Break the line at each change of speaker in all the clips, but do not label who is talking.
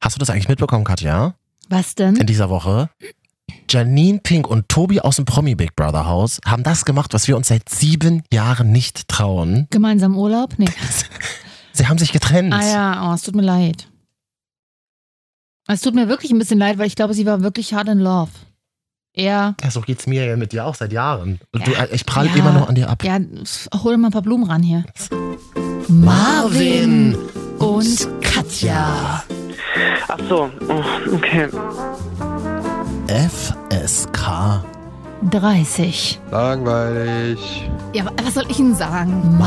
Hast du das eigentlich mitbekommen, Katja?
Was denn?
In dieser Woche? Janine Pink und Tobi aus dem Promi Big Brother Haus haben das gemacht, was wir uns seit sieben Jahren nicht trauen.
Gemeinsam Urlaub? Nee.
Sie haben sich getrennt.
Ah ja, oh, es tut mir leid. Es tut mir wirklich ein bisschen leid, weil ich glaube, sie war wirklich hard in love. Er,
Ja, so geht's mir ja mit dir auch seit Jahren. Und
Ja.
du, äh, ich prall
Ja.
immer noch an dir ab.
ja, hol mal ein paar Blumen ran hier. und
Katja.
Ach so, oh, okay.
FSK.
30.
Langweilig.
Ja, aber was soll ich Ihnen sagen?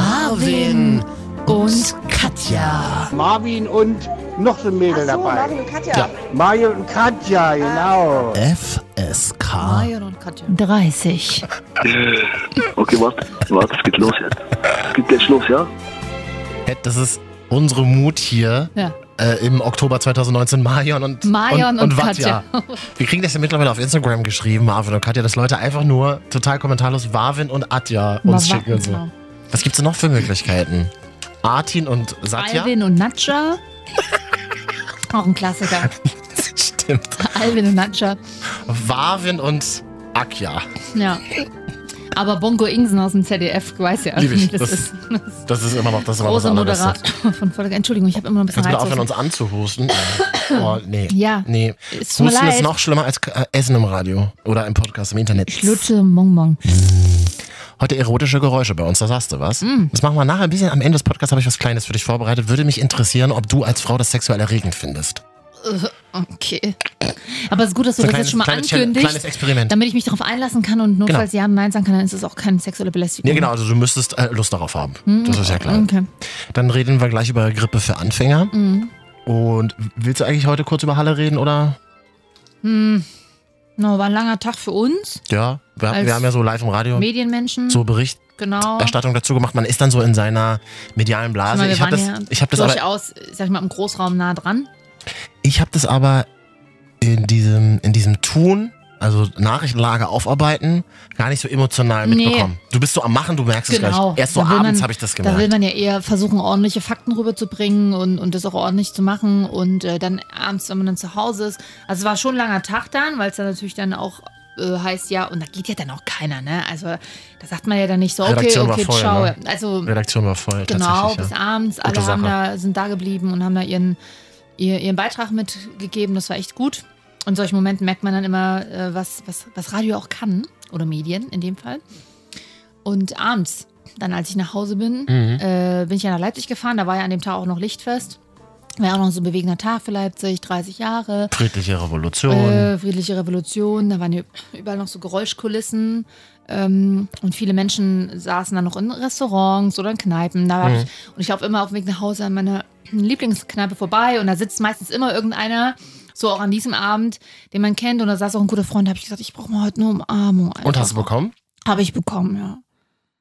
und
Katja.
Marvin und noch so ein Mädel dabei.
und Katja. Ah.
Ja.
Mario und Katja, genau.
FSK.
Marion und Katja. 30.
Okay, warte, warte, es geht los jetzt. Es geht gleich los, ja?
Hey, Das ist unsere Mut hier
Ja.
äh, im Oktober 2019. Marion und,
Marion und
Katja. Wir kriegen das ja mittlerweile auf Instagram geschrieben, Marvin und Katja, dass Leute einfach nur total kommentarlos Marvin und Atja uns
Mal
schicken und so.
warten, genau.
Was gibt's denn noch für Möglichkeiten? Artin und
genau.
Satya?
Alvin und Natscha. Auch ein Klassiker.
Stimmt.
Alvin und Natscha.
Warwin und Akja.
Ja. Aber Bongo Ingsen aus dem ZDF, du weißt ja,
Lieb ich.
das,
Das-
ist das
Das ist immer noch das
große
Große Moderator.
Moderator von Folge. Entschuldigung, ich habe immer noch ein bisschen
Kannst du bitte aufhören,
Reizhusten.
uns anzuhusten? oh, nee.
Ja,
Nee.
es tut mir
Husten ist
leid.
noch schlimmer als äh, Essen im Radio oder im Podcast im Internet.
Ich lutsche Bonbon.
Heute erotische Geräusche bei uns, da sagst du was.
Mm.
Das machen wir nachher ein bisschen. Am Ende des Podcasts habe ich was Kleines für dich vorbereitet. Würde mich interessieren, ob du als Frau das sexuell erregend findest.
Okay. Aber es ist gut, dass du
So ein
das
kleines-
jetzt schon mal
kleines-
ankündigst,
kleines Experiment.
damit ich mich darauf einlassen kann und notfalls ja und nein sagen kann, dann ist es auch keine sexuelle Belästigung.
Nee, genau, also du müsstest äh, Lust darauf haben.
Mm.
Das ist ja klar.
Okay.
Dann reden wir gleich über Grippe für Anfänger.
Mm.
Und willst du eigentlich heute kurz über Halle reden oder?
No, war ein langer Tag für uns,
Ja, wir,
Als
wir haben ja so live im Radio
Medienmenschen.
so Bericht
genau.
Erstattung dazu gemacht. Man ist dann so in seiner medialen
Ich
Blase.
meine, wir
Also Ich habe
waren
das,
ja
ich hab das, aber,
durchaus, sag ich mal, im Großraum nah dran.
ich hab das aber in diesem, in diesem Tun, also Nachrichtenlage aufarbeiten, gar nicht so emotional
Nee.
mitbekommen. Du bist so am Machen, du merkst es
Genau.
gleich. Erst so
Da will
abends
man-
habe ich das
Da will
gemerkt.
man ja eher versuchen, ordentliche Fakten rüberzubringen und, und das auch ordentlich zu machen. Und äh, dann abends, wenn man dann zu Hause ist. Also es war schon ein langer Tag dann, weil es dann natürlich dann auch äh, heißt, ja, und da geht ja dann auch keiner, ne? Also da sagt man ja dann nicht so, okay,
Redaktion war
okay,
voll,
ciao.
ne?
Also
Redaktion war voll,
genau, bis
tatsächlich. Ja.
abends.
Gute
Alle haben
Sache.
da, sind da geblieben und haben da ihren, ihr, ihren Beitrag mitgegeben. Das war echt gut. In solchen Momenten merkt man dann immer, äh, was, was, was Radio auch kann. Oder Medien in dem Fall. Und abends, dann als ich nach Hause bin,
Mhm.
äh, bin ich ja nach Leipzig gefahren. Da war ja an dem Tag auch noch Lichtfest. War ja auch noch so ein bewegender Tag für Leipzig, 30 Jahre.
Friedliche Revolution.
Äh, friedliche Revolution, da waren ja überall noch so Geräuschkulissen. Ähm, und viele Menschen saßen dann noch in Restaurants oder in Kneipen. Da hab
Mhm.
ich, und ich laufe immer auf dem Weg nach Hause an meiner Lieblingskneipe vorbei und da sitzt meistens immer irgendeiner, so auch an diesem Abend, den man kennt. Und da saß auch ein guter Freund, da habe ich gesagt, ich brauche mal heute eine Umarmung. Alter.
Und hast du bekommen?
Habe ich bekommen, ja.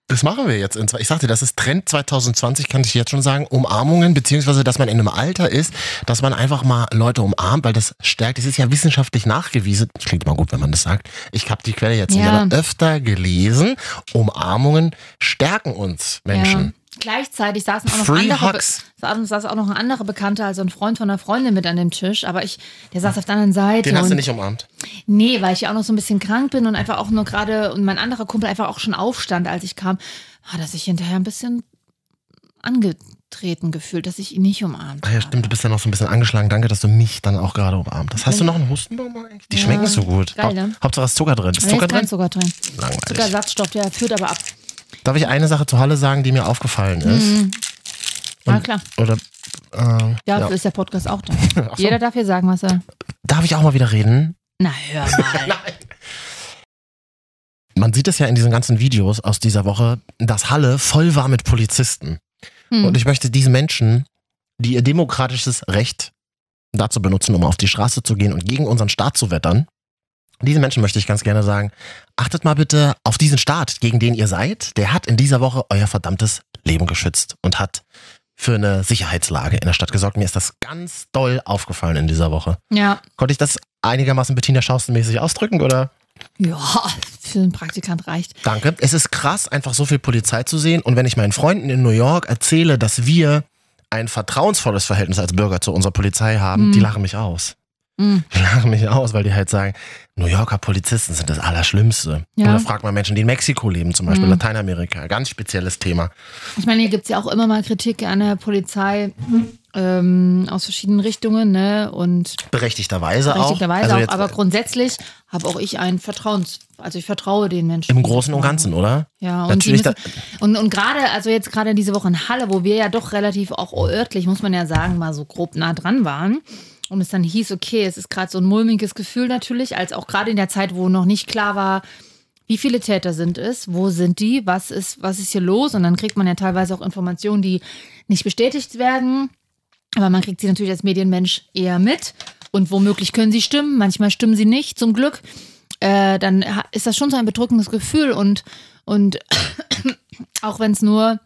Das machen wir jetzt. in zwei- Ich sagte, das ist Trend 2020, kann ich jetzt schon sagen. Umarmungen, beziehungsweise, dass man in einem Alter ist, dass man einfach mal Leute umarmt, weil das stärkt. Es ist ja wissenschaftlich nachgewiesen. Das klingt immer gut, wenn man das sagt. Ich habe die Quelle jetzt nicht,
Ja.
aber öfter gelesen. Umarmungen stärken uns Menschen.
Ja. Gleichzeitig saßen auch noch
Free
andere,
Hugs.
saß, saß auch noch ein anderer Bekannter, also ein Freund von einer Freundin mit an dem Tisch, aber ich, der saß auf der anderen Seite.
Den hast du
und-
nicht umarmt.
Nee, weil ich ja auch noch so ein bisschen krank bin und einfach auch nur gerade und mein anderer Kumpel einfach auch schon aufstand, als ich kam, ah, dass ich hinterher ein bisschen angetreten gefühlt, dass ich ihn nicht umarmt.
Ach Ah ja, stimmt, du bist ja noch so ein bisschen angeschlagen. Danke, dass du mich dann auch gerade umarmt hast. Hast du noch einen Hustenbaum eigentlich? Die
Ja.
schmecken so gut.
Geil, ne?
Hau- Hauptsache, es ist Zucker drin. Ist Zucker
Zucker ist kein
drin?
Zucker drin.
Langweilig.
Zuckersatzstoff, der führt aber ab.
Darf ich eine Sache zu Halle sagen, die mir aufgefallen ist?
Mhm. Na klar,
Oder ähm,
dafür
ja.
ist der Podcast auch da.
Ach so.
Jeder darf hier sagen, was er.
darf ich auch mal wieder reden?
Na hör mal.
Man sieht es ja in diesen ganzen Videos aus dieser Woche, dass Halle voll war mit Polizisten.
Hm.
Und ich möchte diesen Menschen, die ihr demokratisches Recht dazu benutzen, um auf die Straße zu gehen und gegen unseren Staat zu wettern, diesen Menschen möchte ich ganz gerne sagen, achtet mal bitte auf diesen Staat, gegen den ihr seid. Der hat in dieser Woche euer verdammtes Leben geschützt und hat für eine Sicherheitslage in der Stadt gesorgt. Mir ist das ganz doll aufgefallen in dieser Woche.
Ja.
Konnte ich das einigermaßen Bettina Schausten-mäßig ausdrücken, oder?
Ja, für einen Praktikant reicht.
Danke. Es ist krass, einfach so viel Polizei zu sehen. Und wenn ich meinen Freunden in New York erzähle, dass wir ein vertrauensvolles Verhältnis als Bürger zu unserer Polizei haben,
Mhm.
die lachen mich aus.
Mhm.
Die lachen mich aus, weil die halt sagen, New Yorker Polizisten sind das Allerschlimmste.
Ja.
Oder fragt man Menschen, die in Mexiko leben, zum Beispiel
Mhm.
Lateinamerika, ganz spezielles Thema.
Ich meine, hier gibt es ja auch immer mal Kritik an der Polizei
Hm.
ähm, aus verschiedenen Richtungen, ne? Und
Berechtigterweise auch.
richtigerweise
also
auch.
jetzt
Aber grundsätzlich habe auch ich ein Vertrauens, also ich vertraue den Menschen.
Im Großen und Ganzen, oder?
Ja, und
Natürlich
sie müssen, und, und gerade, also jetzt gerade diese Woche in Halle, wo wir ja doch relativ auch örtlich, muss man ja sagen, mal so grob nah dran waren. Und es dann hieß, okay, es ist gerade so ein mulmiges Gefühl natürlich, als auch gerade in der Zeit, wo noch nicht klar war, wie viele Täter sind es, wo sind die, was ist, was ist hier los? Und dann kriegt man ja teilweise auch Informationen, die nicht bestätigt werden. Aber man kriegt sie natürlich als Medienmensch eher mit. Und womöglich können sie stimmen, manchmal stimmen sie nicht, zum Glück. Äh, dann ha- ist das schon so ein bedrückendes Gefühl. Und, und auch wenn es nur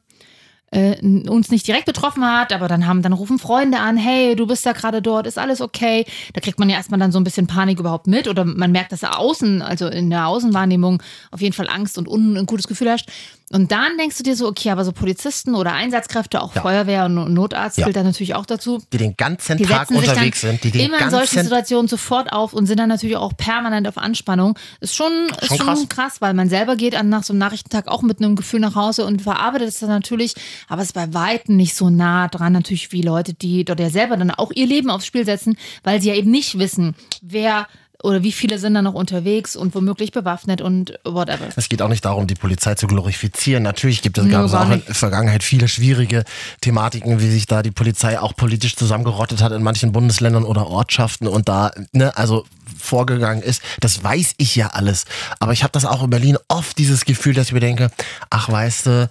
äh, n- uns nicht direkt betroffen hat, aber dann haben, dann rufen Freunde an, hey, du bist ja gerade dort, ist alles okay. Da kriegt man ja erstmal dann so ein bisschen Panik überhaupt mit oder man merkt, dass da außen, also in der Außenwahrnehmung auf jeden Fall Angst und un, ein gutes Gefühl herrscht. Und dann denkst du dir so, okay, aber so Polizisten oder Einsatzkräfte, auch
Ja.
Feuerwehr und und Notarzt
Ja.
gilt da natürlich auch dazu.
Die den ganzen
Die
Tag
setzen sich dann
unterwegs sind, die den
Immer in solchen
ganzen
Situationen sofort auf und sind dann natürlich auch permanent auf Anspannung. Ist schon, ist
Schon
schon
krass.
krass. weil man selber geht an nach so einem Nachrichtentag auch mit einem Gefühl nach Hause und verarbeitet es dann natürlich, aber ist bei Weitem nicht so nah dran, natürlich wie Leute, die dort ja selber dann auch ihr Leben aufs Spiel setzen, weil sie ja eben nicht wissen, wer oder wie viele sind da noch unterwegs und womöglich bewaffnet und whatever.
Es geht auch nicht darum, die Polizei zu glorifizieren. Natürlich gibt es
Nö,
gab es
gar
auch in
nicht.
der Vergangenheit viele schwierige Thematiken, wie sich da die Polizei auch politisch zusammengerottet hat in manchen Bundesländern oder Ortschaften und da, ne, also vorgegangen ist. Das weiß ich ja alles. Aber ich habe das auch in Berlin oft dieses Gefühl, dass ich mir denke, ach weißt du,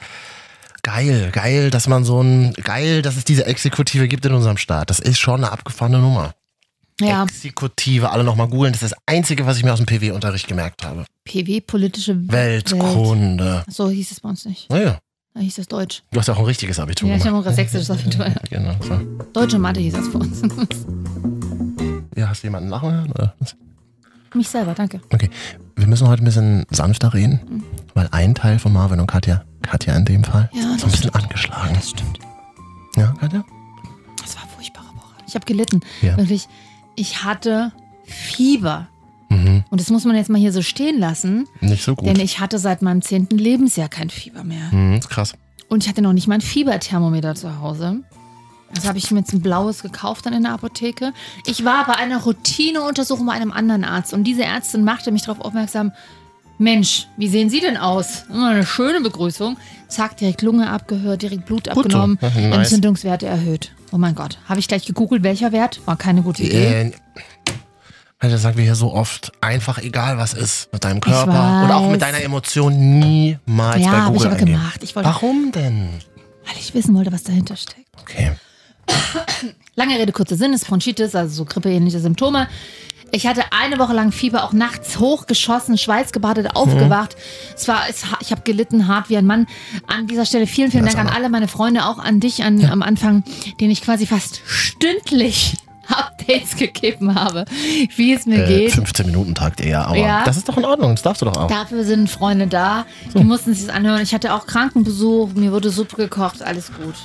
geil, geil, dass man so ein, geil, dass es diese Exekutive gibt in unserem Staat. Das ist schon eine abgefahrene Nummer.
Ja,
Exekutive, alle nochmal googeln. Das ist das Einzige, was ich mir aus dem PW-Unterricht gemerkt habe.
PW, politische Welt.
Weltkunde.
Ach So hieß es bei uns nicht.
Naja.
Da hieß es Deutsch.
Du hast ja auch ein richtiges Abitur
Ja, ich
gemacht.
habe auch sächsisches Abitur. ja.
Genau. So.
Deutsche Mathe hieß das bei uns.
Ja, hast du jemanden lachen hören? Oder?
Mich selber, danke.
Okay. Wir müssen heute ein bisschen sanfter reden, weil ein Teil von Marvin und Katja, Katja in dem Fall,
Ja,
so ein
das
bisschen angeschlagen. Das stimmt. Ja, Katja?
Das war eine furchtbare Woche. Ich habe gelitten.
Ja.
Wirklich, ich hatte Fieber.
Mhm.
Und das muss man jetzt mal hier so stehen lassen,
Nicht so gut.
denn ich hatte seit meinem zehnten Lebensjahr kein Fieber mehr.
Mhm, ist krass.
Und ich hatte noch nicht mal ein Fieberthermometer zu Hause. Also habe ich mir jetzt ein blaues gekauft dann in der Apotheke. Ich war bei einer Routineuntersuchung bei einem anderen Arzt und diese Ärztin machte mich darauf aufmerksam, Mensch, wie sehen Sie denn aus? Immer eine schöne Begrüßung. Zack, direkt Lunge abgehört, direkt Blut
so.
abgenommen,
Nice.
Entzündungswerte erhöht. Oh mein Gott, habe ich gleich gegoogelt, welcher Wert? War keine gute Idee.
Äh, das sagen wir hier so oft. Einfach egal, was ist mit deinem Körper
weiß.
und auch mit deiner Emotion niemals
ja,
bei
habe ich
Google
aber
eingeben.
gemacht. Ich wollte,
Warum denn?
weil ich wissen wollte, was dahinter steckt.
Okay.
Lange Rede, kurzer Sinn, ist Bronchitis, also so grippeähnliche Symptome. Ich hatte eine Woche lang Fieber, auch nachts hochgeschossen,
Mhm.
schweißgebadet, aufgewacht. Es war, es, ha- ich habe gelitten, hart wie ein Mann. An dieser Stelle vielen, vielen
Ja,
Dank an
Sandra.
alle meine Freunde, auch an dich an, am Anfang, den ich quasi fast stündlich Updates gegeben habe, wie es mir
Äh,
geht.
15 Minuten Takt eher, aber
Ja.
das ist doch in Ordnung. Das darfst du doch auch.
Dafür sind Freunde da. Die
Hm.
mussten sich das anhören. Ich hatte auch Krankenbesuch, mir wurde Suppe gekocht, alles gut.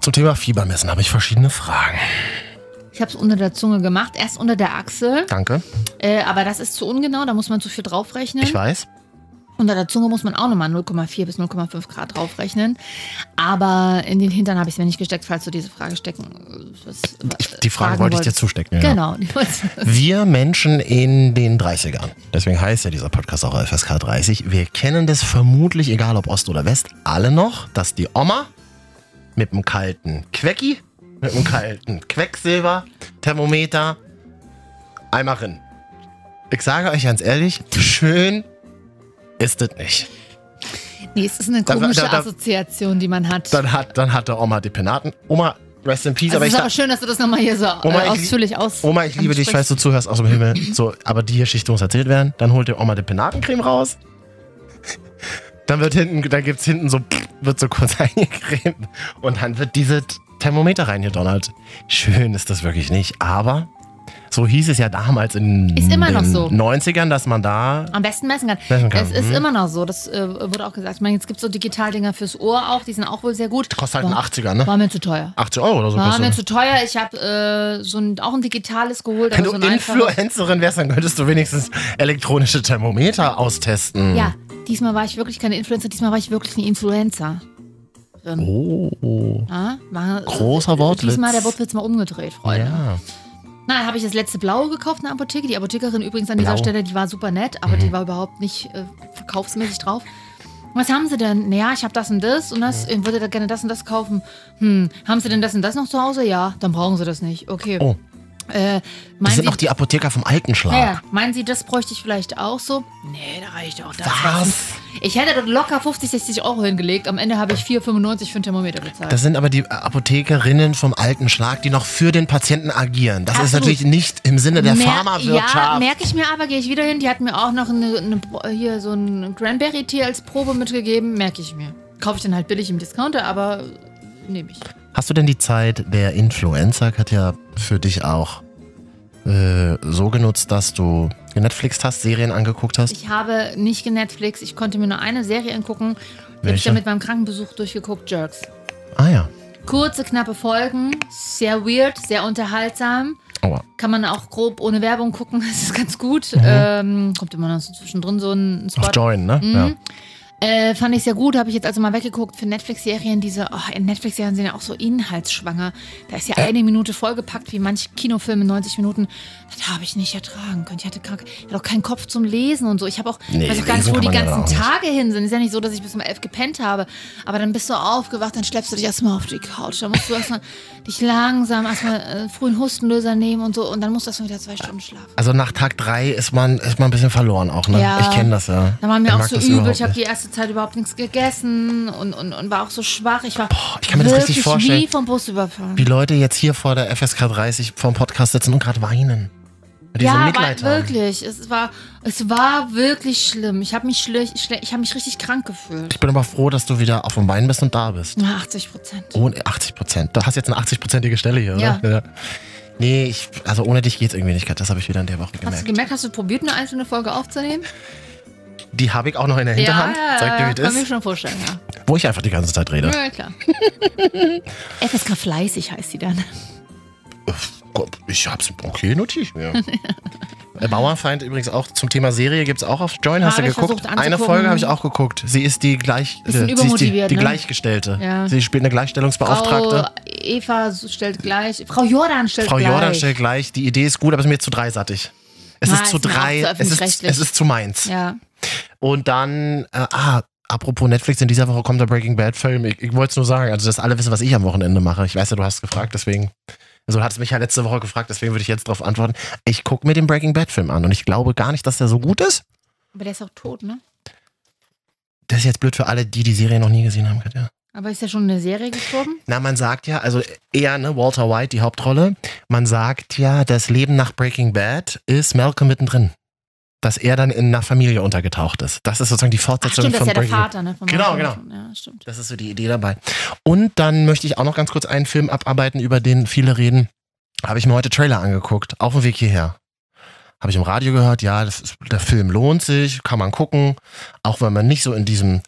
Zum Thema Fiebermessen habe ich verschiedene Fragen.
Ich habe es unter der Zunge gemacht, erst unter der Achsel.
Danke.
Äh, aber das ist zu ungenau, da muss man zu viel draufrechnen.
Ich weiß.
Unter der Zunge muss man auch nochmal 0,4 bis 0,5 Grad draufrechnen. Aber in den Hintern habe ich es mir nicht gesteckt, falls du diese Frage stecken. äh, Was,
Die Frage
fragen
wollte ich dir
wolltest.
zustecken. ja.
Genau, die wolltest du-
Wir Menschen in den 30ern, deswegen heißt ja dieser Podcast auch FSK 30, wir kennen das vermutlich, egal ob Ost oder West, alle noch, dass die Oma mit einem kalten Quecki, mit einem kalten Quecksilber, Thermometer, einmal rin. Ich sage euch ganz ehrlich, schön ist es nicht.
Nee, es ist eine
Da- da-
komische
da-
Assoziation, die man hat.
Dann hat, dann hat der Oma die Penaten. Oma, rest in peace.
also
aber
es
ich
ist
da-
aber schön, dass du das nochmal hier so äh,
Oma, ich lieb-
ausführlich aus.
Oma, ich liebe dich, ich weiß, du zuhörst aus dem Himmel. So, aber die Geschichte muss erzählt werden. Dann holt ihr Oma die Penatencreme raus. Dann wird hinten, dann gibt's hinten so, wird so kurz eingecremt. Und dann wird diese Thermometer reingedonnert. Schön ist das wirklich nicht. Aber So hieß es ja damals in
Ist immer
den
noch so.
90ern, dass man da.
Am besten messen kann.
Messen kann,
Es ist
mhm.
immer noch so, das äh, wurde auch gesagt. Ich meine, jetzt gibt es so Digitaldinger fürs Ohr auch, die sind auch wohl sehr gut.
Kostet halt ein
War-
80er, ne?
War mir zu teuer.
80 Euro oder so
War mir
kostet.
zu teuer. Ich habe äh, so ein, auch ein digitales geholt.
Wenn
Aber
du
so ein einfaches.
Influencerin wärst, dann könntest du wenigstens elektronische Thermometer austesten.
Ja, diesmal war ich wirklich keine Influencer, diesmal war ich wirklich eine Influencer.
Oh.
Ja, war, äh,
Großer Wortwitz.
Diesmal der Wortwitz mal umgedreht, Freunde.
Ja.
Na, habe ich das letzte Blaue gekauft in der Apotheke. Die Apothekerin übrigens an dieser
Blau. Mhm.
Stelle, die war super nett, aber die war überhaupt nicht äh, verkaufsmäßig drauf. Was haben sie denn? Naja, ich habe das und das und das. Ich würde da gerne das und das kaufen. Hm, haben sie denn das und das noch zu Hause? Ja, dann brauchen sie das nicht. Okay.
Oh.
Äh,
Das
meinen,
sind auch
sie,
die Apotheker vom alten Schlag.
ja, ja. meinen Sie, das bräuchte ich vielleicht auch so? Nee, da reicht auch das.
Was?
Ich hätte dort locker 50, 60 Euro hingelegt. Am Ende habe ich 4,95 für ein Thermometer bezahlt.
Das sind aber die Apothekerinnen vom alten Schlag, die noch für den Patienten agieren. Das ist
Absolut.
natürlich nicht im Sinne der
Mer-
Pharmawirtschaft.
Ja, merke ich mir aber, gehe ich wieder hin. Die hat mir auch noch eine, eine, hier so ein Cranberry-Tee als Probe mitgegeben. Merke ich mir. Kaufe ich dann halt billig im Discounter, aber nehme ich.
Hast du denn die Zeit der Influencer, Katja, für dich auch äh, so genutzt, dass du genetflixt hast, Serien angeguckt hast?
Ich habe nicht genetflix. Ich konnte mir nur eine Serie angucken. Die habe ich
Welche?
dann mit meinem Krankenbesuch durchgeguckt. Jerks.
ah ja.
Kurze, knappe Folgen. Sehr weird, sehr unterhaltsam.
Aua.
Kann man auch grob ohne Werbung gucken. Das ist ganz gut. Ähm, kommt immer noch so zwischendrin so ein Spot.
Auf Join, ne?
Mhm.
Ja.
Äh, fand ich sehr gut, habe ich jetzt also mal weggeguckt für Netflix-Serien. Diese oh, in Netflix-Serien sind ja auch so inhaltsschwanger. Da ist ja
Äh.
eine Minute vollgepackt, wie manche Kinofilme 90 Minuten. Das habe ich nicht ertragen können. Ich hatte, krank, ich hatte auch keinen Kopf zum Lesen und so. Ich habe auch,
Nee,
weiß auch gar nicht,
lesen kann
wo die
man ja
ganzen
auch nicht.
Tage hin sind. Ist ja nicht so, dass ich bis um elf gepennt habe. Aber dann bist du aufgewacht, dann schleppst du dich erstmal auf die Couch. Dann musst du erstmal dich langsam erstmal äh, frühen Hustenlöser nehmen und so. Und dann musst du erstmal wieder zwei Stunden schlafen.
Also nach Tag drei ist man, ist man ein bisschen verloren auch, ne?
Ja.
Ich kenne das ja.
Da war mir
Ich
auch
mag
so
das
übel.
überhaupt
Ich habe
nicht.
die erste Zeit überhaupt nichts gegessen und, und, und war auch so schwach. Ich war
ich kann mir das richtig
wirklich
vorstellen.
wie vom Bus überfahren.
Wie Leute jetzt hier vor der FSK 30 vom Podcast sitzen und gerade weinen. Weil die so
ja,
Mitleid
war,
haben.
wirklich. Es war, es war wirklich schlimm. Ich habe mich schlecht, schle- ich habe mich richtig krank gefühlt.
Ich bin aber froh, dass du wieder auf dem Bein bist und da bist.
Na, 80 Prozent.
Ohne 80 Prozent. Du hast jetzt eine 80-prozentige Stelle hier, oder? Ja. Nee, ich, also ohne dich geht's irgendwie nicht, Kat. Das habe ich wieder in der Woche
Hast du
gemerkt.
gemerkt, hast du probiert, eine einzelne Folge aufzunehmen?
Die habe ich auch noch in der Hinterhand.
ja,
Sag dir, wie
kann
das
mir
ist.
schon vorstellen, ja.
Wo ich einfach die ganze Zeit rede.
Ja, klar. FSK fleißig heißt sie dann.
Gott, Ich hab's. Okay, notiere ich mir. Äh, Bauerfeind übrigens auch zum Thema Serie gibt's auch auf Join. Hast
Habe
du
ich
geguckt?
versucht
Eine
anzugucken.
Folge habe ich auch geguckt. Sie ist die gleich. Äh, sie
Bisschen
ist die,
übermotiviert,
die
ne?
Gleichgestellte.
Ja.
Sie spielt eine Gleichstellungsbeauftragte.
Frau Eva stellt gleich. Frau Jordan stellt
Frau
gleich.
Jordan stellt gleich, die Idee ist gut, aber es ist mir zu dreisattig. Es
Ah,
ist zu
ist mir auch
drei,
zu
es, ist,
öffentlich-rechtlich.
es ist zu meins.
Ja.
Und dann, äh, ah, apropos Netflix, in dieser Woche kommt der Breaking Bad Film. Ich, ich wollte es nur sagen, also dass alle wissen, was ich am Wochenende mache. Ich weiß ja, du hast gefragt, deswegen. Also du hattest mich ja letzte Woche gefragt, deswegen würde ich jetzt darauf antworten. Ich gucke mir den Breaking Bad Film an und ich glaube gar nicht, dass der so gut ist.
Aber der ist auch tot, ne?
Das ist jetzt blöd für alle, die die Serie noch nie gesehen haben, Katja.
Aber ist ja schon eine Serie gestorben?
Na, man sagt ja, also eher, ne, Walter White, die Hauptrolle. Man sagt ja, das Leben nach Breaking Bad ist Malcolm mittendrin. Dass er dann in einer Familie untergetaucht ist. Das ist sozusagen die
Ach,
Fortsetzung
stimmt, das ist
von
ja der
Breaking Bad.
Vater, ne? Von
Genau,
Malcolm. Ja, stimmt.
Das ist so die Idee dabei. Und dann möchte ich auch noch ganz kurz einen Film abarbeiten, über den viele reden. Habe ich mir heute Trailer angeguckt, auf dem Weg hierher. Habe ich im Radio gehört, ja, das ist, der Film lohnt sich, kann man gucken, auch wenn man nicht so in diesem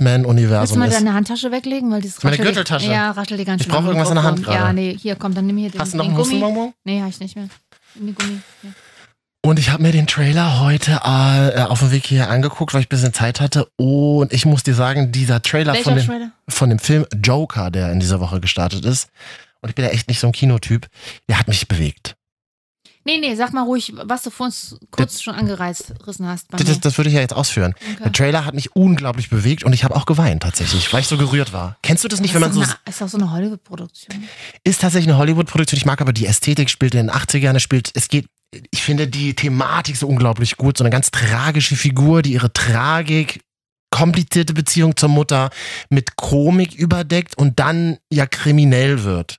Willst
Batman-Universum
du mal
ist.
deine Handtasche weglegen? Weil dieses
Meine
raschelt-
Gürteltasche.
Ja, raschelt die ganz
Ich
schön am
brauche irgendwas in der Hand
Mikrofon. Ja,
gerade.
nee, hier, komm, dann nimm hier den,
Hast du noch
den
einen
Gummi.
Hustenbonbon?
Nee, hab ich nicht mehr. Nimm den Gummi. Ja.
Und ich habe mir den Trailer heute äh, auf dem Weg hierher angeguckt, weil ich ein bisschen Zeit hatte. Und ich muss dir sagen, dieser Trailer von
Welcher
dem,
Shredder?
von dem Film Joker, der in dieser Woche gestartet ist, und ich bin ja echt nicht so ein Kinotyp, der hat mich bewegt.
Nee, nee, sag mal ruhig, was du vor uns kurz schon angereizt rissen hast. Bei
Das,
mir.
das, das würde ich ja jetzt ausführen.
Okay.
Der Trailer hat mich unglaublich bewegt und ich habe auch geweint tatsächlich, weil ich so gerührt war. Kennst du das nicht, wenn man
ist,
so...
doch eine, ist auch so eine Hollywood-Produktion.
Ist tatsächlich eine Hollywood-Produktion, ich mag aber die Ästhetik, spielt in den 80ern, es spielt... Es geht... Ich finde die Thematik so unglaublich gut, so eine ganz tragische Figur, die ihre Tragik, komplizierte Beziehung zur Mutter mit Komik überdeckt und dann ja kriminell wird.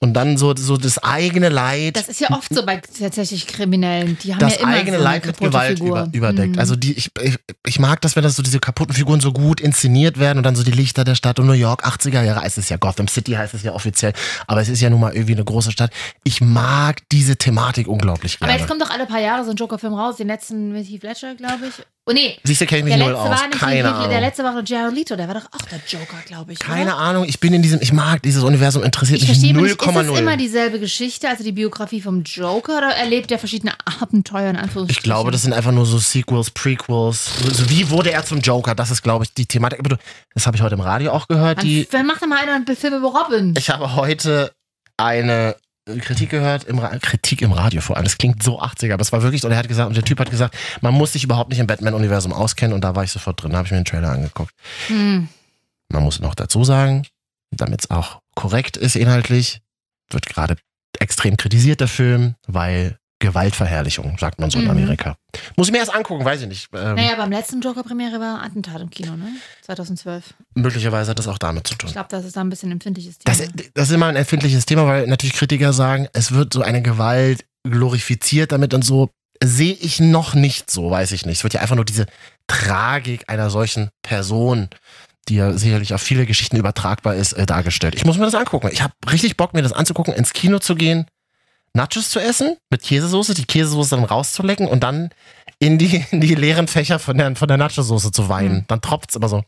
Und dann so, so das eigene Leid,
Das
das,
ist ja oft so bei tatsächlich Kriminellen. Die haben ja immer
eigene
so eine
Leid mit
kaputte
Gewalt
Figur.
über, überdeckt.
Mhm.
Also die, ich, ich, ich mag das, wenn das so diese kaputten Figuren so gut inszeniert werden und dann so die Lichter der Stadt und New York, 80er Jahre, es ist ja Gotham City, heißt es ja offiziell, aber es ist ja nun mal irgendwie eine große Stadt. Ich mag diese Thematik unglaublich
Aber
gerne.
jetzt kommt doch alle paar Jahre so ein Joker-Film raus. Den letzten mit Heath Ledger, glaube ich. Oh nee,
Siehst du, kenne ich mich
der
null
letzte,
aus.
war nicht Heath
Keine
Ledger, der
Ahnung.
letzte war doch Jared Leto. Der war doch auch der Joker, glaube ich.
Keine
oder?
Ahnung, ich bin in diesem, ich mag dieses Universum, interessiert
Ich
mich
verstehe immer nicht, ist es
0,0.
immer dieselbe Geschichte, also die Biografie vom Joker, oder erlebt er verschiedene Abenteuer in Anführungsstrichen?
Ich glaube, das sind einfach nur so Sequels, Prequels. So, so wie wurde er zum Joker? Das ist, glaube ich, die Thematik. Aber du, das habe ich heute im Radio auch gehört. Die,
Dann macht doch mal einer einen Film über Robin.
ich habe heute eine Kritik gehört, im Ra Kritik im Radio vor allem. Das klingt so 80er, aber es war wirklich, und er hat gesagt, und der Typ hat gesagt, man muss sich überhaupt nicht im Batman-Universum auskennen. Und da war ich sofort drin, da habe ich mir den Trailer angeguckt. ähm.
Hm.
Man muss noch dazu sagen, damit es auch korrekt ist inhaltlich, wird gerade extrem kritisiert der Film, weil Gewaltverherrlichung, sagt man so in
Mhm.
Amerika. Muss ich mir erst angucken, weiß ich nicht. Ähm,
Naja, beim letzten Joker-Premiere war Attentat im Kino, ne? 2012.
Möglicherweise hat das auch damit zu tun.
Ich glaube, das ist da ein bisschen ein empfindliches Thema.
Das, das ist immer ein empfindliches Thema, weil natürlich Kritiker sagen, es wird so eine Gewalt glorifiziert damit und so. Sehe ich noch nicht so, weiß ich nicht. Es wird ja einfach nur diese Tragik einer solchen Person, die ja sicherlich auf viele Geschichten übertragbar ist, äh, dargestellt. Ich muss mir das angucken. Ich habe richtig Bock, mir das anzugucken, ins Kino zu gehen, Nachos zu essen mit Käsesoße, die Käsesoße dann rauszulecken und dann in die, in die leeren Fächer von der, von der Nachosoße zu weinen. Dann tropft's immer so.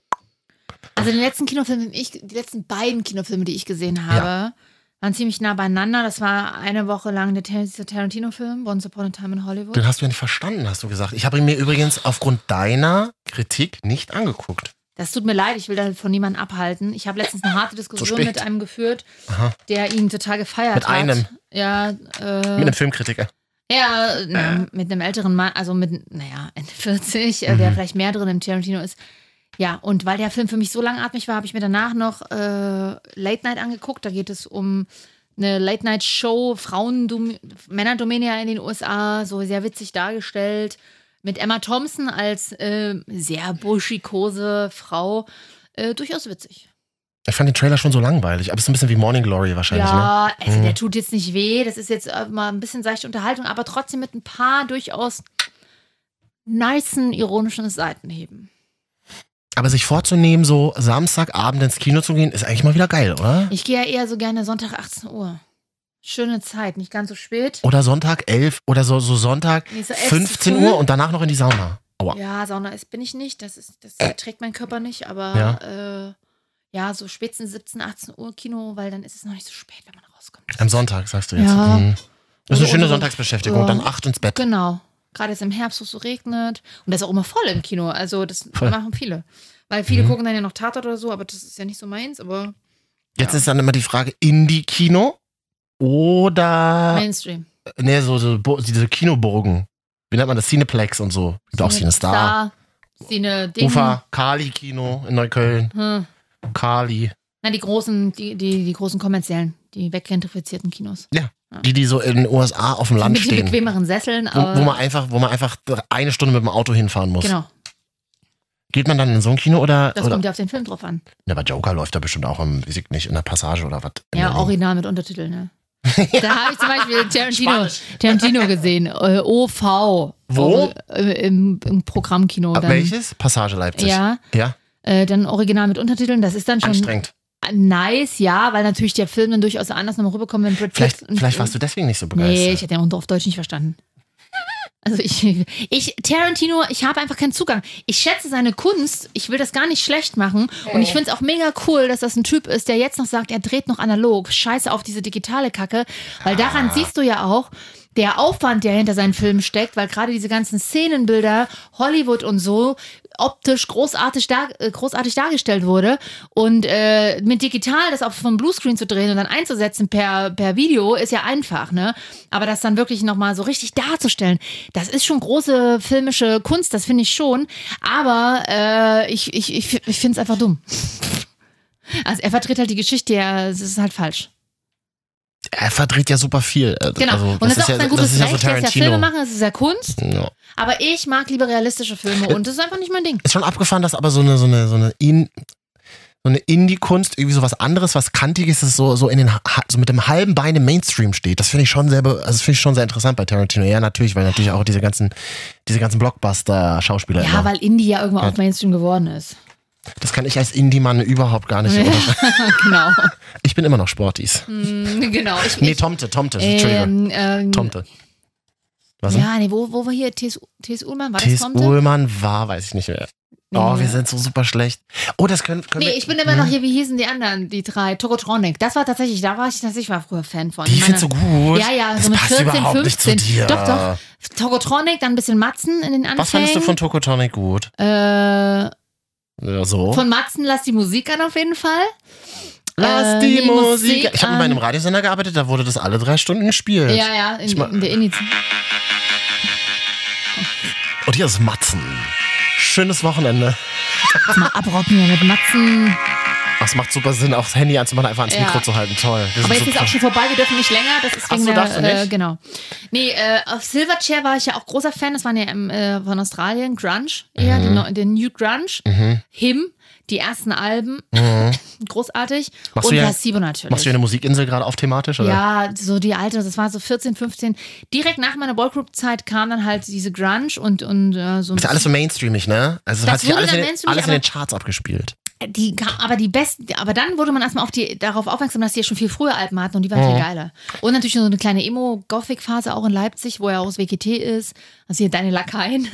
Also den letzten Kinofilm, den ich, die letzten beiden Kinofilme, die ich gesehen habe, waren ziemlich nah beieinander. Das war eine Woche lang der Tar- Tarantino-Film, Once Upon a Time in Hollywood.
Den hast du ja nicht verstanden, hast du gesagt. Ich habe ihn mir übrigens aufgrund deiner Kritik nicht angeguckt.
Das tut mir leid, ich will da von niemandem abhalten. Ich habe letztens eine harte Diskussion
spät.
mit einem geführt,
Aha.
der ihn total gefeiert
Mit
hat.
einem?
Ja,
Mit
äh,
einem Filmkritiker.
ja na, mit einem älteren Mann, also mit, naja, Ende 40, äh, der
Mhm.
vielleicht mehr drin im Tarantino ist. Ja, und weil der Film für mich so langatmig war, habe ich mir danach noch äh, Late Night angeguckt. Da geht es um eine Late Night Show, Frauen, Männerdomäne in den USA, so sehr witzig dargestellt. Mit Emma Thompson als äh, sehr buschikose Frau. Äh, durchaus witzig.
Ich fand den Trailer schon so langweilig, aber es ist ein bisschen wie Morning Glory wahrscheinlich, ne?
Ja, also der
Mhm.
tut jetzt nicht weh. Das ist jetzt äh, mal ein bisschen seichte Unterhaltung, aber trotzdem mit ein paar durchaus nicen, ironischen Seitenheben.
Aber sich vorzunehmen, so Samstagabend ins Kino zu gehen, ist eigentlich mal wieder geil, oder?
Ich gehe ja eher so gerne Sonntag 18 Uhr. Schöne Zeit, nicht ganz so spät.
Oder Sonntag 11 oder so, so Sonntag
Nee, so elf zu
15
früh.
Uhr und danach noch in die Sauna. Aua.
Ja, Sauna ist bin ich nicht. Das, ist, das
Äh.
trägt mein Körper nicht. Aber ja. Äh, ja, so spätestens 17, 18 Uhr Kino, weil dann ist es noch nicht so spät, wenn man rauskommt.
Am Sonntag, sagst du jetzt.
Ja.
Mhm. Das ist eine
Oder-
schöne
oder-
Sonntagsbeschäftigung.
Ja.
Dann acht ins Bett.
Genau. Gerade jetzt im Herbst, wo es so regnet. Und das ist auch immer voll im Kino. Also das
Voll.
machen viele. Weil viele
Mhm.
gucken dann ja noch Tatort oder so, aber das ist ja nicht so meins. Aber
Jetzt ist dann immer die Frage, Indie-Kino oder
Mainstream.
Nee, so, so Bo- diese Kinoburgen. Wie nennt man das? Cineplex und so. Gibt auch
Cine
Cinestar.
Star, Cine Ding.
Ufa, Kali-Kino in Neukölln.
Hm.
Kali.
Na, die großen, die, die, die großen kommerziellen, die weggentrifizierten Kinos.
Die, die so in den USA auf dem Land
Mit den
stehen.
bequemeren Sesseln,
Wo,
aber
wo, man einfach, wo man einfach eine Stunde mit dem Auto hinfahren muss.
genau.
Geht man dann in so ein Kino oder.
Das
oder
kommt ja auf den Film drauf an.
ja, aber Joker läuft da bestimmt auch im, weiß ich nicht, in der Passage oder was. In
Ja,
Berlin.
original mit Untertiteln, ne? Da habe ich zum Beispiel Tarantino, Tarantino gesehen. Äh, OV.
Wo?
Äh, Im, im Programmkino.
Ah,
Dann,
Welches? Passage Leipzig.
Ja, Ähm,
Ja,
äh, dann original mit Untertiteln. Das ist dann schon
anstrengend.
nice, ja, weil natürlich der Film dann durchaus anders nochmal rüberkommt, wenn Brad Pitt.
Vielleicht,
und-
vielleicht warst du deswegen nicht so
Nee, ich
begeistert.
hätte den unter auf Deutsch nicht verstanden. Also ich, ich Tarantino, ich habe einfach keinen Zugang. Ich schätze seine Kunst, ich will das gar nicht schlecht machen und ich finde es auch mega cool, dass das ein Typ ist, der jetzt noch sagt, er dreht noch analog. Scheiße auf diese digitale Kacke, weil daran siehst du ja auch der Aufwand, der hinter seinen Filmen steckt, weil gerade diese ganzen Szenenbilder, Hollywood und so optisch großartig, dar äh, großartig dargestellt wurde und äh, mit digital das auf vom Bluescreen zu drehen und dann einzusetzen per per Video ist ja einfach, ne? Aber das dann wirklich noch mal so richtig darzustellen, das ist schon große filmische Kunst, das finde ich schon. Aber äh, ich, ich, ich, ich finde es einfach dumm. Also er verdreht halt die Geschichte, ja, es ist halt falsch.
Er verdreht ja super viel. Äh,
Genau.
Also,
und das, ist auch
ja,
sein gutes
das ist ja so
Recht, dass ja
Tarantino.
Filme machen, das ist ja Kunst.
ja.
Aber ich mag lieber realistische Filme und das ist einfach nicht mein Ding.
ist schon abgefahren, dass aber so eine, so eine, so eine in, so eine Indie-Kunst, irgendwie so was anderes, was kantiges, das so, so in den, ha- so mit dem halben Bein im Mainstream steht. Das finde ich schon sehr, be- also das finde ich schon sehr interessant bei Tarantino. Ja, natürlich, weil natürlich auch diese ganzen, diese ganzen Blockbuster-Schauspieler.
Ja,
immer.
weil Indie ja irgendwann
genau. Ja.
auch Mainstream geworden ist.
Das kann ich als Indie-Mann überhaupt gar nicht.
Ja,
unterscheiden.
genau.
Ich bin immer noch Sporties.
Mm, genau. Ich,
Nee,
ich,
Tomte, Tomte, Entschuldigung.
ähm, ähm,
Tomte. Was?
Ja, nee, wo, wo war hier TS, TS Ullmann? War das
T.S.
Tomte?
Ullmann war, weiß ich nicht mehr. Oh, wir sind so super schlecht. Oh, das können, können
Nee,
wir.
ich bin immer noch
Hm.
hier, wie hießen die anderen, die drei? Tokotronic. Das war tatsächlich, da war ich tatsächlich war früher Fan von.
Die
Ich meine-
findest du gut.
Ja, ja,
das
so mit
passt
14,
überhaupt nicht zu
15.
dir.
Doch, doch. Tokotronic, dann ein bisschen Matzen in den Anfängen.
Was fandest du von Tokotonic gut?
Äh,
Ja, so.
von Matzen lass die Musik an auf jeden Fall.
Lass
äh,
die
die
Musik.
Musik
Ich habe bei
an.
einem Radiosender gearbeitet, da wurde das alle drei Stunden gespielt.
Ja, ja, in,
Ich mag-
in der Iniz.
Und hier ist Matzen. Schönes Wochenende.
Mal abrocken hier mit Matzen.
Ach, es macht super Sinn, auch das Handy anzumachen, einfach ans
Ja.
Mikro zu halten. Toll. Wir sind
Aber jetzt
so
ist auch
krass.
schon vorbei, wir dürfen nicht länger. Das ist
Ach
wegen
so, darfst
der,
du
Äh,
nicht?
genau. Nee, äh, auf Silverchair war ich ja auch großer Fan. Das waren ja im, äh, von Australien, Grunge eher, den, neu- den New Grunge,
Mhm.
Him, die ersten Alben,
Mhm.
großartig.
Machst du
Und
ja-
Placebo natürlich.
Machst du hier eine Musikinsel gerade auf thematisch? Oder?
Ja, so die alte, das war so 14, 15. Direkt nach meiner Boygroup-Zeit kam dann halt diese Grunge und, und äh, so ein
Ist ja alles so mainstreamig, ne? Also
Das
hat sich
wurde
alles, in
dann
den,
mainstreamig,
alles in
aber-
den Charts abgespielt.
die kam, aber die besten, aber dann wurde man erstmal auf die, darauf aufmerksam, dass die ja schon viel früher Alben hatten und die waren
Mhm.
viel geiler. Und natürlich so eine kleine Emo-Gothic-Phase auch in Leipzig, wo ja auch das WGT ist. Also hier deine Lakaien.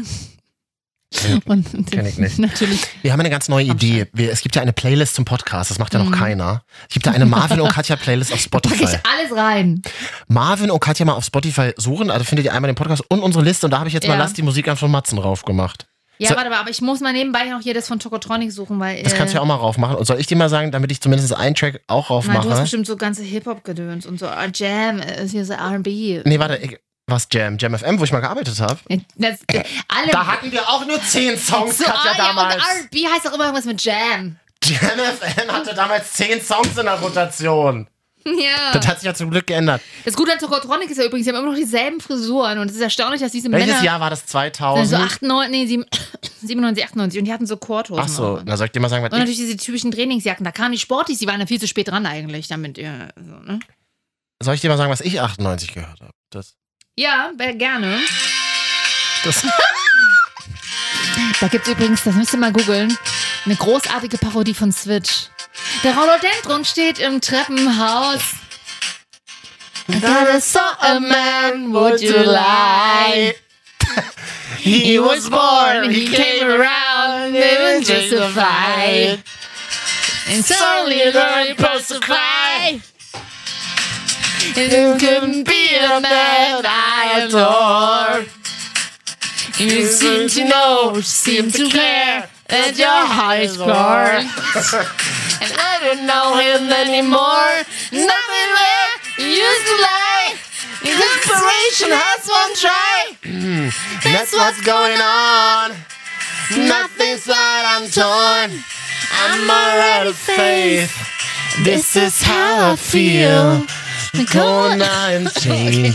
Und, und
Kenn ich nicht.
natürlich.
Wir haben eine ganz neue Idee. Wir, es gibt ja eine Playlist zum Podcast, das macht
Mhm.
ja noch keiner. Es gibt ja eine Marvin und Katja Playlist auf
Packe
Spotify.
ich alles rein.
Marvin und Katja mal auf Spotify suchen, also findet ihr einmal den Podcast und unsere Liste und da habe ich jetzt mal
Ja.
Lass die Musik an von Matzen rauf gemacht.
Ja,
So-
warte mal, aber ich muss mal nebenbei noch hier das von Tokotronic suchen, weil.
Das kannst du ja auch mal raufmachen. Und soll ich dir mal sagen, damit ich zumindest einen Track auch
Äh.
ne?
Nein, äh, du hast
raufmache?
bestimmt so ganze Hip-Hop-Gedöns und so ah, Jam, äh, ist hier so RB.
Nee, warte, ich, was Jam? Jam FM, wo ich mal gearbeitet habe?
Das, äh, alle
Da hatten wir auch nur zehn Songs,
so,
Katja,
ah,
damals.
Ja, und RB heißt auch immer irgendwas mit Jam.
Jam FM hatte damals zehn Songs in der Rotation.
ja.
Das hat sich ja zum Glück geändert.
Das Gute an Tokotronic ist ja übrigens, sie haben immer noch dieselben Frisuren und es ist erstaunlich, dass diese
Welches
Männer
Jahr war das?
sind so
2000?
8, 9, nee, 7, 97, 98 und die hatten so Korthosen.
Ach so,
auch.
na soll ich dir mal sagen,
Und
was ich,
natürlich diese typischen Trainingsjacken. Da kamen die Sportis, die waren ja viel zu spät dran eigentlich damit. Ja, so, ne?
soll ich dir mal sagen, was ich 98 gehört habe? Das,
ja wär gerne.
das
Da gibt es übrigens, das müsst ihr mal googeln, eine großartige Parodie von Switch. Der Rhododendron steht im Treppenhaus. I gotta saw a man, would you lie? He was born, he came around, didn't justify. And suddenly learned to cry. And it couldn't be a man I adore. You seem to know, seem to care that your heart is gone. and I don't know him anymore. Nothing left, used to lie. His inspiration has one try.
That's what's going on. Nothing's that I'm torn. I'm all out of faith. This is how I feel. Corona change.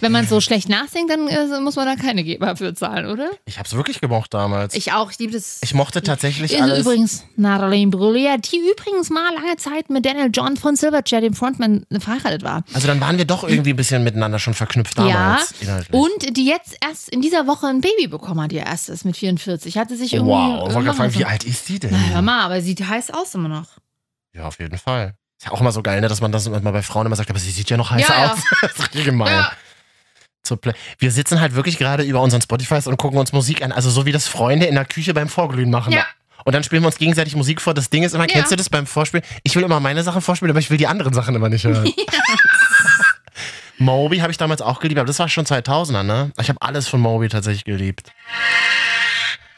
Wenn man so schlecht nachsingt, dann äh, muss man da keine Geber für zahlen, oder?
Ich hab's wirklich gemocht damals. Ich,
Ich auch, ich liebe das.
mochte tatsächlich
Also
alles.
übrigens, Nadalene Brüller, die übrigens mal lange Zeit mit Daniel John von Silverchair, dem Frontman, verheiratet war.
Also dann waren wir doch irgendwie ein bisschen miteinander schon verknüpft damals.
ja,
inhaltlich.
und die jetzt erst in dieser Woche ein Baby bekommen hat, ihr erstes mit 44. Hat sie sich irgendwie.
Wow, ich wollte gerade fragen, wie
irgendwie-
alt ist die denn?
Na, hör mal, aber sieht heiß aus immer noch.
Ja, auf jeden Fall. Ist ja auch immer so geil, ne, dass man das immer bei Frauen immer sagt, aber sie sieht ja noch heiß
Ja, ja.
aus. das ist richtig gemein.
Ja.
Zur Play- Wir sitzen halt wirklich gerade über unseren Spotifys und gucken uns Musik an. Also so wie das Freunde in der Küche beim Vorglühen machen.
Ja.
Und dann spielen wir uns gegenseitig Musik vor. Das Ding ist immer,
Ja.
kennst du das beim Vorspielen? Ich will immer meine Sachen vorspielen, aber ich will die anderen Sachen immer nicht hören. Moby habe ich damals auch geliebt, aber das war schon 2000er, ne? Ich habe alles von Moby tatsächlich geliebt.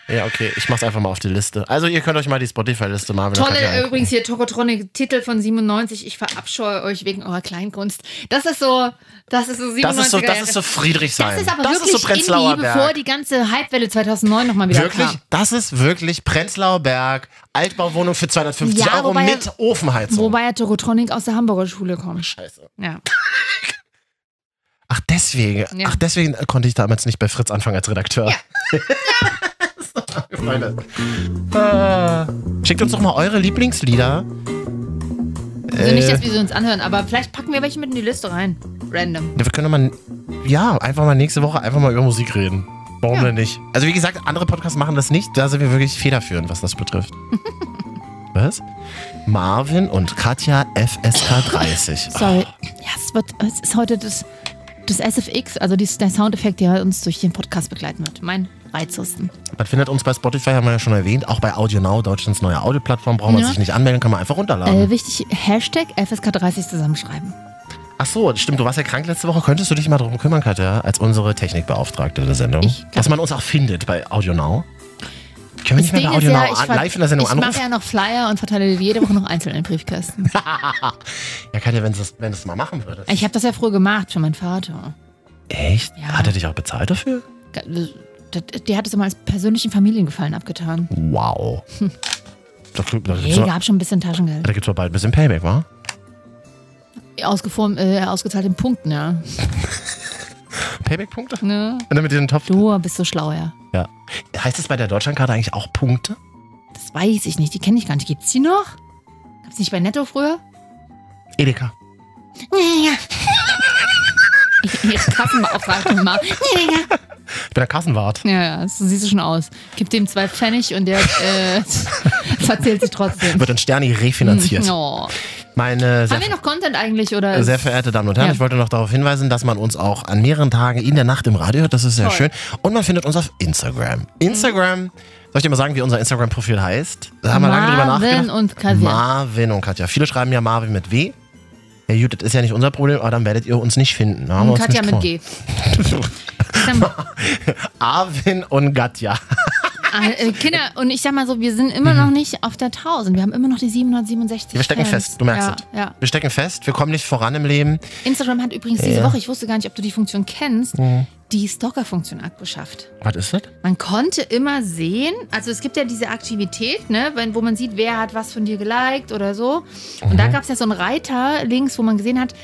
Ja, okay, ich mach's einfach mal auf die Liste. Also ihr könnt euch mal die Spotify-Liste mal
Tolle, äh, übrigens hier Tokotronic, Titel von 97, ich verabscheue euch wegen eurer Kleinkunst. Das ist so, das ist so 97
Das ist so, das ist so Friedrichshain.
Das ist aber
das
wirklich
ist so Prenzlauer
Indie, bevor
Berg.
die ganze Hypewelle 2009 nochmal wieder
Wirklich,
kam.
das ist wirklich Prenzlauer Berg, Altbauwohnung für 250
Ja,
Euro
wobei-
mit Ofenheizung.
Wobei ja Tokotronic aus der Hamburger Schule kommt.
Scheiße.
Ja.
Ach, deswegen,
Ja.
ach, deswegen konnte ich damals nicht bei Fritz anfangen als Redakteur.
Ja.
Freunde. Ah. Schickt uns doch mal eure Lieblingslieder.
Also nicht,
Äh,
dass wir sie uns anhören, aber vielleicht packen wir welche mit in die Liste rein. Random.
Ja, wir können doch mal, ja, einfach mal nächste Woche einfach mal über Musik reden. Warum
Ja.
denn nicht? Also wie gesagt, andere Podcasts machen das nicht. Da sind wir wirklich federführend, was das betrifft. was? Marvin und Katja FSK 30.
Sorry. Ja, es, wird, es ist heute das, das SFX, also dies, der Soundeffekt, der uns durch den Podcast begleiten wird. Mein Reizhusten.
Man findet uns bei Spotify, haben wir ja schon erwähnt. Auch bei Audio Now, Deutschlands neue Audioplattform. Braucht man
Ja.
sich nicht anmelden, kann man einfach runterladen.
Äh, wichtig, Hashtag FSK30 zusammenschreiben.
Ach so, stimmt, du warst ja krank letzte Woche. Könntest du dich mal darum kümmern, Katja, als unsere Technikbeauftragte der Sendung?
Ich glaub-
dass man uns auch findet bei Audio Now. Können wir
Das
nicht mehr
Ding
bei
ist
Audio
ja,
Now
ich
an,
ver-
live in der Sendung
Ich mache
anrufen?
ja noch Flyer und verteile die jede Woche noch einzeln in Briefkästen.
ja, Katja, wenn du das, wenn du das mal machen würdest.
Ich habe das ja früher gemacht für meinen Vater.
Echt?
Ja.
Hat er dich auch bezahlt dafür?
Das- Der hat es immer als persönlichen Familiengefallen abgetan.
Wow. Da, da, da gibt's
Nee,
doch-
gab schon ein bisschen Taschengeld.
da gibt's doch bald ein bisschen Payback, wa?
Ausgeformt, äh, ausgezahlt in Punkten, ja.
Payback-Punkte?
Ne?
Wenn du mit den Topf.
Du bist so schlau, ja.
Ja. Heißt es bei der Deutschlandkarte eigentlich auch Punkte?
Das weiß ich nicht, die kenne ich gar nicht. Gibt's die noch? Gab's nicht bei Netto früher?
Edeka.
Ihre Kassenbeauftragte mal.
Ich bin der Kassenwart.
Ja, ja, so siehst du schon aus. Gib dem zwei Pfennig und der äh, verzählt sich trotzdem.
Wird in Sterni refinanziert.
Oh.
Meine sehr
Haben wir noch Content eigentlich? Oder
Äh, Sehr verehrte Damen und Herren,
Also Ja.
ich wollte noch darauf hinweisen, dass man uns auch an mehreren Tagen in der Nacht im Radio hört. Das ist sehr
Toll.
schön. Und man findet uns auf Instagram. Instagram, soll ich dir mal sagen, wie unser Instagram-Profil heißt? Da haben wir lange drüber
Marvin
nachgedacht.
und Katja.
Marvin und Katja. Viele schreiben ja Marvin mit W. Ja, gut, das ist ja nicht unser Problem, aber dann werdet ihr uns nicht finden. Da haben wir
und
uns
Katja
nicht
mit G. Dann,
Arvin und Katja.
Ah, äh, Kinder, und ich sag mal so, wir sind immer noch nicht auf der 1000. Wir haben immer noch die 767.
Mhm. Wir stecken
Fans.
fest, du merkst
ja,
es.
Ja.
Wir stecken fest, wir kommen nicht voran im Leben.
Instagram hat übrigens diese Woche, ich wusste gar nicht, ob du die Funktion kennst, die Stalker-Funktion abgeschafft.
Was ist das?
Man konnte immer sehen, also es gibt ja diese Aktivität, ne, wenn, wo man sieht, wer hat was von dir geliked oder so. Und
Mhm.
da gab es ja so einen Reiter links, wo man gesehen hat,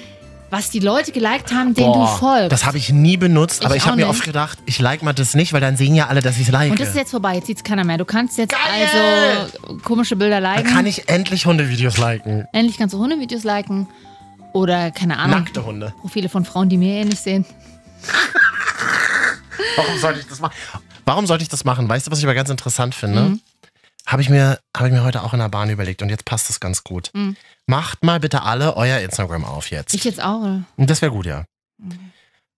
was die Leute geliked haben, denen du folgst.
das habe ich nie benutzt,
Ich
aber ich
auch
habe mir
nicht.
oft gedacht, ich like mal das nicht, weil dann sehen ja alle, dass ich es like.
und das ist jetzt vorbei, jetzt sieht es keiner mehr. Du kannst jetzt
Geil!
also komische Bilder
Dann
liken.
kann ich endlich Hundevideos liken.
Endlich kannst du Hundevideos liken oder keine Ahnung.
Nackte Hunde.
Profile von Frauen, die mir ähnlich sehen.
Warum sollte ich das machen? Warum sollte ich das machen? Weißt du, was ich aber ganz interessant finde? Habe ich, mir, habe ich mir heute auch in der Bahn überlegt und jetzt passt es ganz gut. Macht mal bitte alle euer Instagram auf jetzt.
Ich jetzt auch. oder?
Und das wäre gut, ja.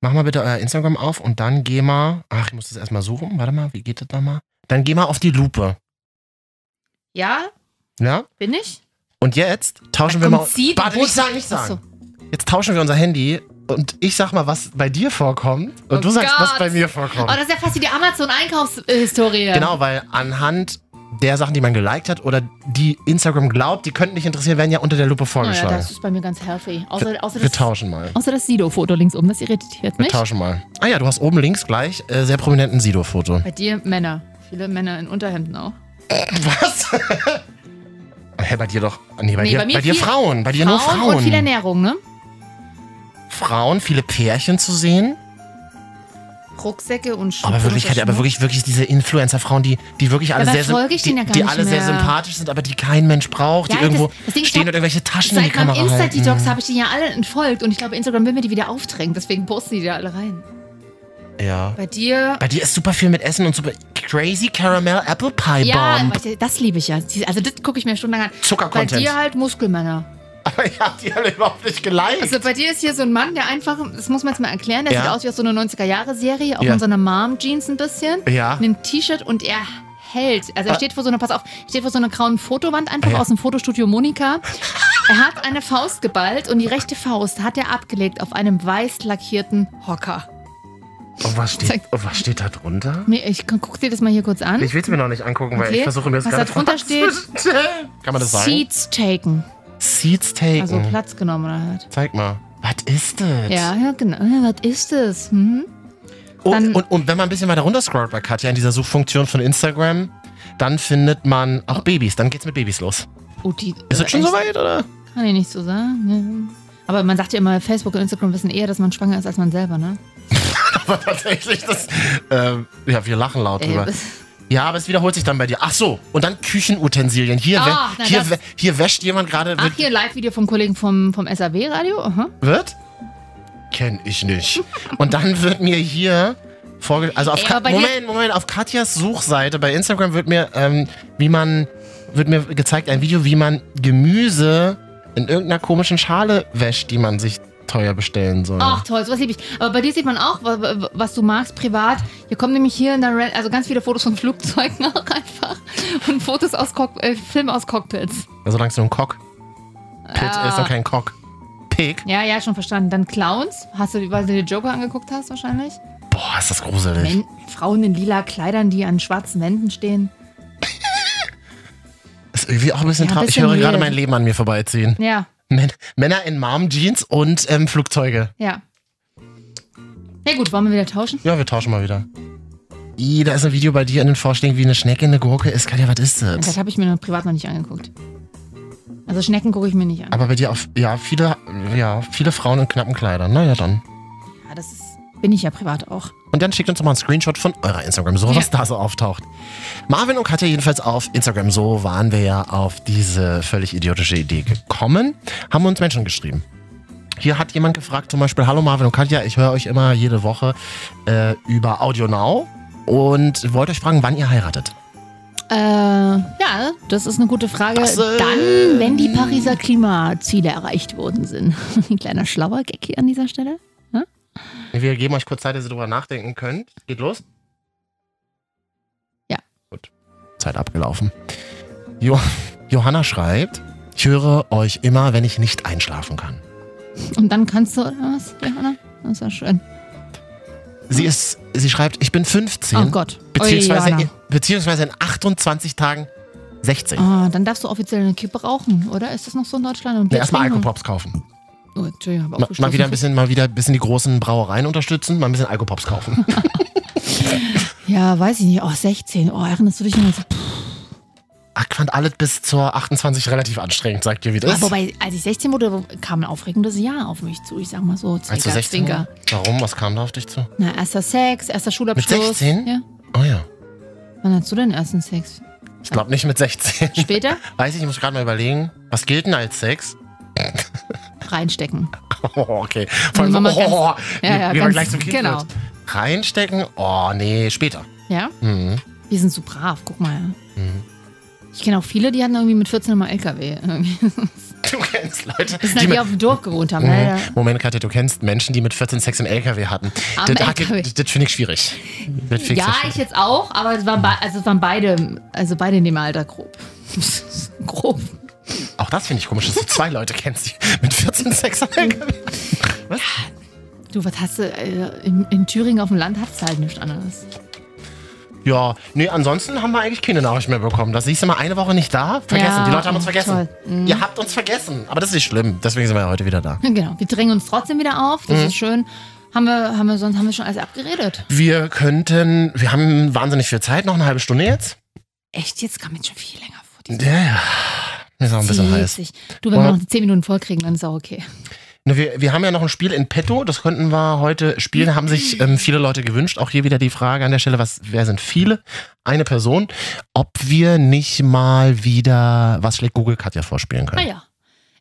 Mach mal bitte euer Instagram auf und dann geh mal. Ach, ich muss das erstmal suchen. Warte mal, wie geht das nochmal? Dann geh mal auf die Lupe.
Ja,
Ja?
bin ich?
Und jetzt tauschen
Da
wir mal.
kommt sie, die
Warte, nicht
Botschaft-
sagen, nicht sagen. Jetzt tauschen wir unser Handy und ich sag mal, was bei dir vorkommt und
Oh
du sagst, was
Gott.
bei mir
Oh,
vorkommt.
das ist ja fast wie die Amazon-Einkaufshistorie.
Genau, weil anhand der Sachen, die man geliked hat oder die Instagram glaubt, die könnten dich interessieren, werden ja unter der Lupe
Naja,
vorgeschlagen.
das Oh, ist bei mir ganz healthy. Außer, außer
wir
das,
tauschen mal.
außer das Sido-Foto links oben, das irritiert
Wir
mich.
tauschen mal. Ah ja, du hast oben links gleich äh, sehr prominenten Sido-Foto.
Bei dir Männer. Viele Männer in Unterhemden auch.
Was? Hä, bei dir doch. Nee, bei
Nee,
dir,
bei
bei
mir
dir
viel-
Frauen. Bei dir nur Frauen.
und viel Ernährung, ne?
Frauen, viele Pärchen zu sehen.
Rucksäcke und Schuhe.
Aber wirklich, Katja, aber wirklich, wirklich diese Influencer-Frauen, die, die wirklich alle
Dabei
sehr, sym-
folge ich
die,
denen ja gar
die
nicht
alle sehr
mehr.
sympathisch sind, aber die kein Mensch braucht,
Ja,
die irgendwo
das- das Ding ist,
stehen
ich
und
hab-
irgendwelche Taschen in die
Seit meinem
Kamera Mhm. halten.
Insta-Detox habe ich die ja alle entfolgt und ich glaube, Instagram will mir die wieder aufdrängen. Deswegen posten die da alle rein.
ja.
Bei dir
Bei dir ist super viel mit Essen und super Crazy Caramel Apple Pie
Ja,
Bomb.
weißt du, das liebe ich ja. Die- Also das gucke ich mir stundenlang an.
Zuckercontent. Hm.
Bei dir halt Muskelmänner.
Aber ich habe die alle überhaupt nicht geliked.
Also bei dir ist hier so ein Mann, der einfach, das muss man jetzt mal erklären, der
Ja.
sieht aus wie aus so einer 90er-Jahre-Serie, auch
Ja.
in so einer Mom-Jeans ein bisschen,
Ja. Ah.
in einem T-Shirt und er hält, also er steht vor so einer, pass auf, steht vor so einer grauen Fotowand einfach
Ja.
aus dem Fotostudio Monika. Er hat eine Faust geballt und die rechte Faust hat er abgelegt auf einem weiß lackierten Hocker.
und, was steht,
Zeig-
und was steht da drunter?
Nee, Ich guck dir das mal hier kurz an.
Ich will es mir noch nicht angucken, weil
Okay.
ich versuche mir das
Was
gerade
da drunter steht?
vorzustellen. Kann man das sagen? Mhm.
Seats taken,
Seeds taken.
also Platz genommen oder halt.
Zeig mal. Was ist das?
Ja, ja, genau. Ja, Was ist das? Hm?
Und,
Dann-
und, und wenn man ein bisschen weiter runter scrollt bei Katja in dieser Suchfunktion von Instagram, dann findet man auch Babys. Dann geht's mit Babys los.
Oh, die,
Ist
also
es schon
echt,
soweit, oder?
Kann ich nicht so sagen. Ja. Aber man sagt ja immer, Facebook und Instagram wissen eher, dass man schwanger ist, als man selber, ne?
Aber tatsächlich, das. Ähm, ja, wir lachen laut
Ey,
drüber.
das-
Ja, aber es wiederholt sich dann bei dir. Ach so, und dann Küchenutensilien. Hier,
Ah,
wä
na
hier,
das-
wä hier wäscht jemand gerade.
Ach, hier ein Live-Video vom Kollegen vom, vom SAW-Radio. Aha.
Wird? Kenn ich nicht. Und dann wird mir hier vorge... Also auf
Ey,
Ka-
aber bei dir-
Moment, Moment, auf Katjas Suchseite bei Instagram wird mir, ähm, wie man, wird mir gezeigt ein Video, wie man Gemüse in irgendeiner komischen Schale wäscht, die man sich teuer bestellen soll.
Ach toll, sowas liebe ich. Aber bei dir sieht man auch, wa- wa- was du magst, privat. Hier kommen nämlich hier in der Ren also ganz viele Fotos von Flugzeugen auch einfach. Und Fotos aus Cock äh, Filme aus Cockpits.
Ja, Solange es nur ein Cock Pit
Ja.
ist und kein Cock. Pig.
Ja, ja, schon verstanden. Dann Clowns. Hast du, weil du den Joker angeguckt hast wahrscheinlich.
Boah, ist das gruselig.
Men Frauen in lila Kleidern, die an schwarzen Wänden stehen.
Ist irgendwie auch ein bisschen
Ja,
traurig. Ich
bisschen
höre gerade
weird.
mein Leben an mir vorbeiziehen.
Ja,
Män Männer in Mom-Jeans und ähm, Flugzeuge.
ja. Na gut, wollen wir wieder tauschen?
Ja, wir tauschen mal wieder. I, da ist ein Video bei dir in den Vorschlägen, wie eine Schnecke eine Gurke ist. Katja, was ist
Das
das?
habe ich mir noch privat noch nicht angeguckt. Also Schnecken gucke ich mir nicht an.
Aber bei dir auch, ja, viele, ja, viele Frauen in knappen Kleidern. Naja, dann.
Ja, das ist, bin ich ja privat auch.
Und dann schickt uns doch mal einen Screenshot von eurer Instagram, so was
Ja.
da so auftaucht. Marvin und Katja jedenfalls auf Instagram, so waren wir ja auf diese völlig idiotische Idee gekommen, haben uns Menschen geschrieben. Hier hat jemand gefragt, zum Beispiel, hallo Marvin und Katja, ich höre euch immer jede Woche äh, über Audio Now und wollte euch fragen, wann ihr heiratet.
Äh, ja, das ist eine gute Frage.
Das, äh,
Dann, wenn die Pariser Klimaziele erreicht worden sind. Ein kleiner schlauer Gag hier an dieser Stelle.
Wir geben euch kurz Zeit, dass ihr drüber nachdenken könnt. Geht los?
Ja.
Gut. Zeit abgelaufen. Jo Johanna schreibt, ich höre euch immer, wenn ich nicht einschlafen kann.
Und dann kannst du, oder was, Johanna? Das ist ja schön.
Sie ist, sie schreibt, ich bin 15.
Hm. Oh Gott.
Beziehungsweise,
Ui, Johanna.
beziehungsweise in 28 Tagen 16.
Ah, dann darfst du offiziell eine Kippe rauchen, oder? Ist das noch so in Deutschland? Und
Na,
Bier
erstmal
trinken?
Alkopops kaufen.
Oh, Entschuldigung, hab
Mal,
aufgestoßen.
mal wieder ein bisschen, mal wieder ein bisschen die großen Brauereien unterstützen, mal ein bisschen Alkopops kaufen.
Ja, weiß ich nicht. Oh, 16. Oh, erinnerst du dich noch? So, pff,
Ach, ich fand alles bis zur 28 relativ anstrengend, sagt ihr, wie das
ja,
ist.
Ah, wobei, als ich 16 wurde, kam ein aufregendes Jahr auf mich zu. Ich sag mal so, zwinker,
Als du 16 war?
zwinker.
Also Warum? Was kam da auf dich zu?
Na, erster Sex, erster Schulabschluss.
16?
Ja.
Oh ja.
Wann hast du denn ersten Sex?
Ich glaube nicht mit 16.
Später?
Weiß ich, ich muss gerade mal überlegen. Was gilt denn als Sex?
Reinstecken.
Oh, okay. Vor allem so,
Machen wir ganz-
oh,
Ja, ja,
wie man
ganz-
gleich zum Kind
genau.
wird. Reinstecken? Oh, nee, später.
Ja?
Mhm.
Wir sind so brav, guck mal. Ich kenne auch viele, die hatten irgendwie mit 14 mal LKW. Irgendwie.
Du kennst Leute,
Das sind
die
halt die
mit,
auf dem Dorf gewohnt haben.
Mhm.
Ja, ja.
Moment, Katja, du kennst Menschen, die mit 14 Sex im LKW hatten.
Am
Das, ah,
LKW.
das, das finde ich schwierig. Das find ich
ja,
sehr
ich jetzt auch, aber es waren, be- also es waren beide, also beide in dem Alter grob. grob.
schwierig. Auch das finde ich komisch, dass du zwei Leute kennst, die mit 14 Sex im LKW
Du, was hast du, äh, in, in Thüringen auf dem Land hast du halt nichts anderes.
Ja, nee, ansonsten haben wir eigentlich keine Nachricht mehr bekommen. Das siehst du mal eine Woche nicht da. Vergessen.
Ja,
die Leute haben uns
oh,
vergessen.
toll.
Ihr habt uns vergessen. Aber das ist nicht schlimm. Deswegen sind wir ja heute wieder da.
Genau, wir drängen uns trotzdem wieder auf, das ist schön. Haben wir, haben wir, sonst haben wir schon alles abgeredet.
Wir könnten, wir haben wahnsinnig viel Zeit, noch eine halbe Stunde jetzt.
Echt, jetzt kam jetzt schon viel länger vor. Die
Ja, ja. Mir ist auch ein bisschen heiß.
Witzig. Du, wenn wir
Und-
noch 10 Minuten vollkriegen, dann ist auch okay.
Ne, Wir, wir haben ja noch ein Spiel in petto, das könnten wir heute spielen, haben sich ähm, viele Leute gewünscht. Auch hier wieder die Frage an der Stelle, was, wer sind viele? Eine Person. Ob wir nicht mal wieder, was schlägt Google Katja vorspielen können?
Naja.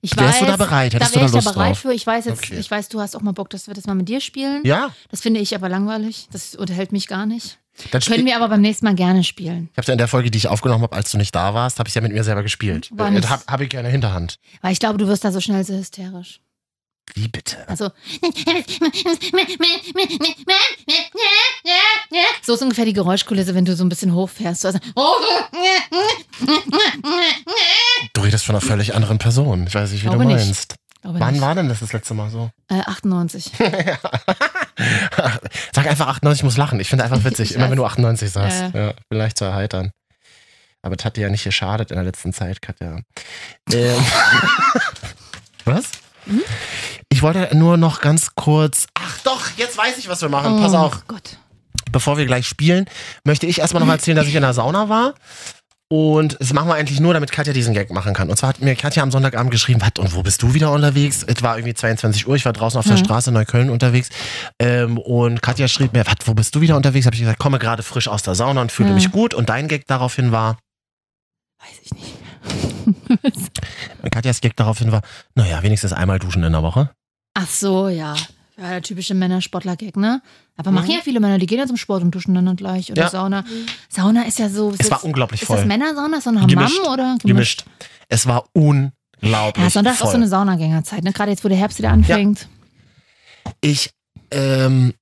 Ich
Wärst du da bereit? Hättest du da
da wär ich
Lust
da bereit
drauf?
für. Ich weiß jetzt,
Okay.
ich weiß, du hast auch mal Bock, dass wir das mal mit dir spielen.
Ja,
Das finde ich aber langweilig. Das unterhält mich gar nicht.
dann spiel-
Können wir aber beim nächsten Mal gerne spielen.
Ich habe ja in der Folge, die ich aufgenommen habe, als du nicht da warst, habe ich ja mit mir selber gespielt.
War
Äh,
nicht-
Habe hab ich gerne Hinterhand.
Weil ich glaube, du wirst da so schnell so hysterisch.
Wie bitte?
Also. So ist ungefähr die Geräuschkulisse, wenn du so ein bisschen hochfährst. Also,
Du redest von einer völlig anderen Person. Ich weiß nicht, wie
Glaube
du
nicht.
meinst.
Glaube
Wann
nicht.
war denn das das letzte Mal so?
Äh, 98.
Sag einfach 98 muss lachen. Ich finde einfach witzig,
Ich
immer wenn
weiß.
du 98 sagst.
Ja.
Ja, vielleicht zu erheitern. Aber das hat dir ja nicht geschadet in der letzten Zeit, Katja. Ähm. was?
Mhm.
Ich wollte nur noch ganz kurz. Ach doch, jetzt weiß ich, was wir machen. Pass auf.
Oh Gott.
Bevor wir gleich spielen, möchte ich erstmal noch mal erzählen, dass ich in der Sauna war. Und das machen wir eigentlich nur, damit Katja diesen Gag machen kann. Und zwar hat mir Katja am Sonntagabend geschrieben, was und wo bist du wieder unterwegs? Es war irgendwie 22 Uhr, ich war draußen auf der
Mhm.
Straße in Neukölln unterwegs. Ähm, und Katja schrieb mir, was, wo bist du wieder unterwegs? Habe ich gesagt, komme gerade frisch aus der Sauna und fühle
Mhm.
mich gut. Und dein Gag daraufhin war,
Weiß ich nicht.
Katjas Gag daraufhin war, naja, wenigstens einmal duschen in der Woche.
Ach so, ja. Ja, der typische Männersportler-Gag, ne? Aber machen ja viele Männer, die gehen ja zum Sport und duschen dann gleich. Oder
Mhm. Ja.
Sauna. Sauna ist ja so.
Es
ist
war unglaublich
ist
voll.
das Männersauna, so ein Hammam
Gemischt.
oder
Gemischt. Es war unglaublich
Ja, Sonntag ist auch
voll.
so eine Saunagängerzeit, ne? Gerade jetzt, wo der Herbst wieder anfängt.
ich, ähm,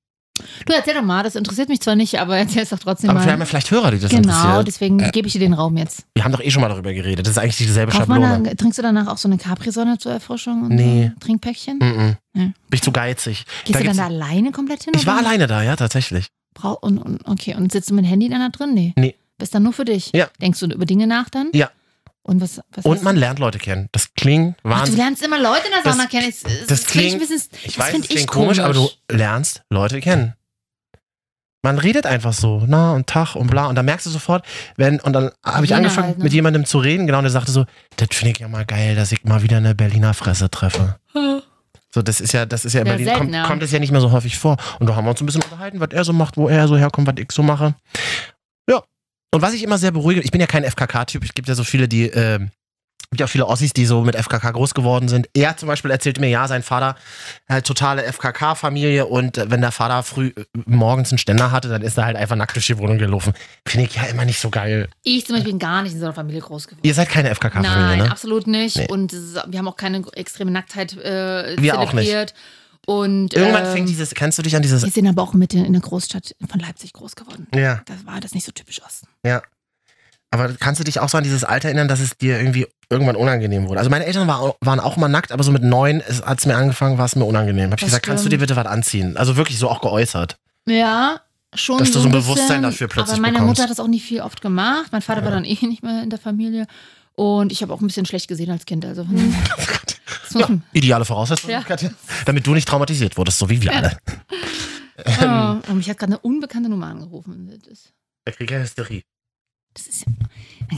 Du erzähl doch mal, das interessiert mich zwar nicht, aber erzähl's doch trotzdem
aber wir haben ja
mal.
vielleicht Hörer, die das Äh,
Genau,
interessieren.
deswegen gebe ich dir den Raum jetzt.
Wir haben doch eh schon mal darüber geredet. Das ist eigentlich dieselbe
Kauf mal
Schablone.
eine, trinkst du danach auch so eine Capri-Sonne zur Erfrischung und
Nee.
so Trinkpäckchen?
Mhm.
Ja.
Bin
Mhm.
ich zu geizig.
Gehst
Da
du dann
gibt's-
da alleine komplett hin?
Ich war
oder?
alleine da, ja, tatsächlich.
Brau und, und, okay, und sitzt du mit dem Handy dann da drin? Nee.
Nee.
Bist dann nur für dich?
Ja.
Denkst du über Dinge nach dann?
Ja.
Und was, was
Und
hast
man lernt Leute kennen. Das klingt
Ach, du
wahnsinnig.
lernst immer Leute in der
Das-
Sauna kennen. Ich, das,
das
klingt
klingt-
ein bisschen,
Ich
das
weiß,
find
es klingt komisch, aber du lernst Leute kennen. Man redet einfach so, na und Tag und bla. Und dann merkst du sofort, wenn, und dann habe ich
Berliner
angefangen,
halt, ne?
mit jemandem zu reden, genau, und der sagte so, das finde ich ja mal geil, dass ich mal wieder eine Berliner Fresse treffe. So, das ist ja, das ist ja in
Ja,
Berlin, kommt,
seltener.
kommt es ja nicht mehr so häufig vor. Und da haben wir uns ein bisschen unterhalten, was er so macht, wo er so herkommt, was ich so mache. Ja. Und was ich immer sehr beruhige, ich bin ja kein FKK-Typ, es gibt ja so viele, die, ähm, es gibt ja auch viele Ossis, die so mit FKK groß geworden sind. Er zum Beispiel erzählte mir, ja, sein Vater, äh, totale FKK-Familie und äh, wenn der Vater früh äh, morgens einen Ständer hatte, dann ist er halt einfach nackt durch die Wohnung gelaufen. Finde ich ja immer nicht so geil.
Ich zum Beispiel bin gar nicht in so einer Familie groß geworden.
Ihr seid keine FKK-Familie,
Nein,
ne?
absolut nicht.
Nee.
Und es ist- wir haben auch keine extreme Nacktheit äh,
Wir auch nicht.
zelebriert. Und,
Irgendwann
ähm,
fängt dieses, kennst du dich an dieses,
Wir sind aber auch mit in in der Großstadt von Leipzig groß geworden.
ja,
Da war das nicht so typisch Osten.
aber kannst du dich auch so an dieses Alter erinnern, dass es dir irgendwie irgendwann unangenehm wurde? Also meine Eltern war, waren auch mal nackt, aber so mit neun hat es mir angefangen, war es mir unangenehm. Hab ich
Das
gesagt, kannst du dir
stimmt.
bitte was anziehen? Also wirklich so auch geäußert.
Ja, schon.
Dass du so ein
ein
Bewusstsein
bisschen,
dafür plötzlich
Aber meine
bekommst.
Mutter hat das auch nicht viel oft gemacht. Mein Vater war dann eh nicht mehr in der Familie. Und ich habe auch ein bisschen schlecht gesehen als Kind. Also, das muss man-
Ideale Voraussetzung,
Ja.
Katja. Damit du nicht traumatisiert wurdest, so wie wir alle.
ja. Oh, Ähm. Und mich hat gerade eine unbekannte Nummer angerufen. Das,
Der Krieg der Hysterie.
das ist,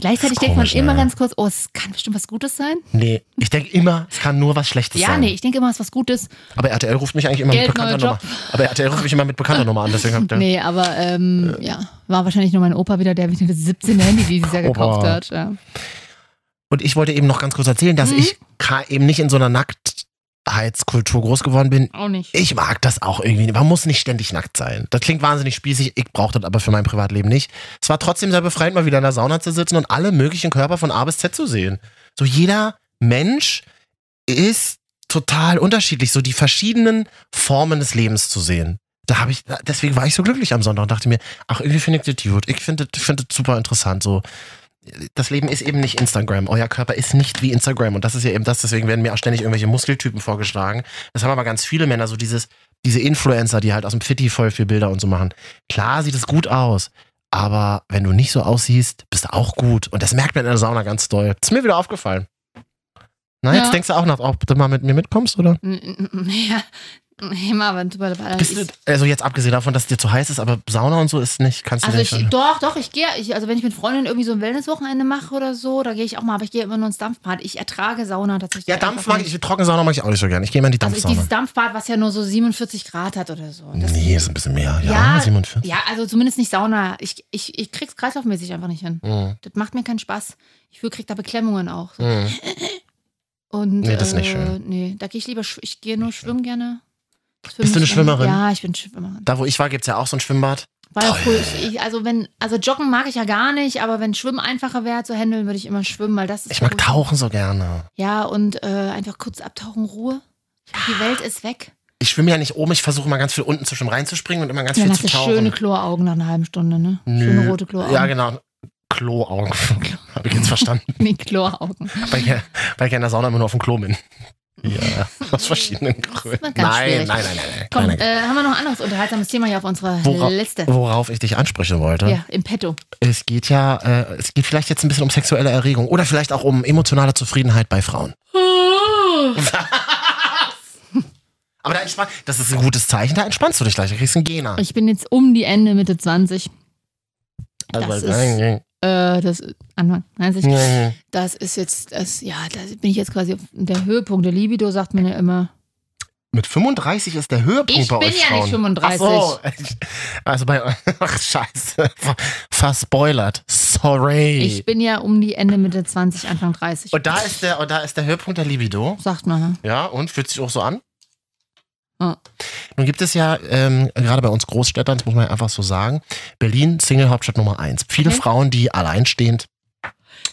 gleichzeitig
Das ist
denkt man
komisch,
immer
ne?
ganz kurz, oh, es kann bestimmt was Gutes sein.
Nee, ich denke immer, es kann nur was Schlechtes
ja,
sein.
nee, ich denke immer, es ist was Gutes.
Aber RTL ruft mich eigentlich immer
Geld,
mit bekannter
neuer
Nummer. Aber RTL ruft mich immer mit bekannter Nummer an, deswegen habt ihr.
Nee, aber ähm, ja, war wahrscheinlich nur mein Opa wieder, der wieder das 17 Handy dieses Jahr
Opa.
gekauft hat. Ja.
Und ich wollte eben noch ganz kurz erzählen, dass
Mhm.
ich ka- eben nicht in so einer Nacktheitskultur groß geworden bin.
Auch nicht.
Ich mag das auch irgendwie. Man muss nicht ständig nackt sein. Das klingt wahnsinnig spießig. Ich brauche das aber für mein Privatleben nicht. Es war trotzdem sehr befreiend, mal wieder in der Sauna zu sitzen und alle möglichen Körper von A bis Z zu sehen. So jeder Mensch ist total unterschiedlich. So die verschiedenen Formen des Lebens zu sehen. Da habe ich, da- deswegen war ich so glücklich am Sonntag und dachte mir, ach, irgendwie finde ich das gut. Ich finde das finde das super interessant. So, das Leben ist eben nicht Instagram. Euer Körper ist nicht wie Instagram. Und das ist ja eben das, deswegen werden mir auch ständig irgendwelche Muskeltypen vorgeschlagen. Das haben aber ganz viele Männer, so dieses, diese Influencer, die halt aus dem Fitti voll viel Bilder und so machen. Klar sieht es gut aus, aber wenn du nicht so aussiehst, bist du auch gut. Und das merkt man in der Sauna ganz doll. ist mir wieder aufgefallen. Na, jetzt
Ja.
denkst du auch noch, ob du mal mit mir mitkommst, oder?
N- n- Ja, immer, aber super.
Bist du, also jetzt abgesehen davon, dass es dir zu heiß ist, aber Sauna und so ist nicht, kannst du
Also
nicht.
ich, doch, doch, ich gehe, ich, also wenn ich mit Freundinnen irgendwie so ein Wellnesswochenende mache oder so, da gehe ich auch mal, aber ich gehe immer nur ins Dampfbad. Ich ertrage Sauna tatsächlich.
ja,
einfach
Dampf mag
nicht.
ich, Trockensauna mag ich auch nicht so gerne. Ich gehe immer in die
Also ich,
Dampfsauna.
dieses Dampfbad, was ja nur so 47 Grad hat oder so. Das,
nee, ist ein bisschen mehr. Ja,
Ja,
47.
Ja, also zumindest nicht Sauna. Ich, ich, ich krieg's kreislaufmäßig einfach nicht hin.
Mhm.
Das macht mir keinen Spaß. Ich fühl- krieg da Beklemmungen auch. So.
Mhm.
Und,
Nee, das ist
äh,
nicht schön.
Nee, da gehe ich lieber, schw- ich gehe nur schwimmen gerne. Das ist für
Bist du
mich
eine
dann-
Schwimmerin?
Ja, ich bin Schwimmerin.
Da, wo ich war, gibt es ja auch so ein Schwimmbad.
War ja cool. Ich, ich, also wenn, also joggen mag ich ja gar nicht, aber wenn Schwimmen einfacher wäre zu handeln, würde ich immer schwimmen, weil das ist
Ich mag
cool.
Tauchen so gerne.
Ja, und äh, einfach kurz abtauchen, Ruhe. Die Welt ist weg.
Ich schwimme ja nicht oben, ich versuche mal ganz viel unten zwischen reinzuspringen und immer ganz
Ja,
viel
dann
zu
hast du schöne
tauchen.
Chloraugen nach einer halben Stunde, ne?
Nö.
Schöne rote Chloraugen.
Ja, genau. Kloaugen. Habe ich jetzt verstanden.
Nee, Chloraugen.
weil, ich, weil ich in der Sauna immer nur auf dem Klo bin. Ja, aus verschiedenen Gründen.
ganz
Nein, nein,
schwierig.
nein, nein, nein.
Komm,
Keine-
äh, haben wir noch ein anderes unterhaltsames Thema hier auf unserer
Wora-
Liste?
Worauf ich dich ansprechen wollte.
Ja, im Petto.
Es geht ja, äh, es geht vielleicht jetzt ein bisschen um sexuelle Erregung oder vielleicht auch um emotionale Zufriedenheit bei Frauen. Aber da entspann, das ist ein gutes Zeichen, da entspannst du dich gleich, da kriegst du einen Gener. Also,
Ich bin jetzt um die Ende, Mitte 20. das ist- Äh, das Anfang 90.
Mhm.
Das ist jetzt, das, ja, da bin ich jetzt quasi auf der Höhepunkt der Libido, sagt man ja immer.
Mit 35 ist der Höhepunkt
Ich
bei
bin
euch
ja
Frauen.
nicht 35.
Ach so. Also bei Ach, scheiße. Verspoilert. Sorry.
Ich bin ja um die Ende Mitte 20, Anfang 30.
und da ist der und da ist der Höhepunkt der Libido.
Sagt man.
Ja, und fühlt sich auch so an.
Ja.
Nun gibt es ja ähm, gerade bei uns Großstädtern, das muss man ja einfach so sagen, Berlin Single-Hauptstadt Nummer 1. Viele
Okay.
Frauen, die alleinstehend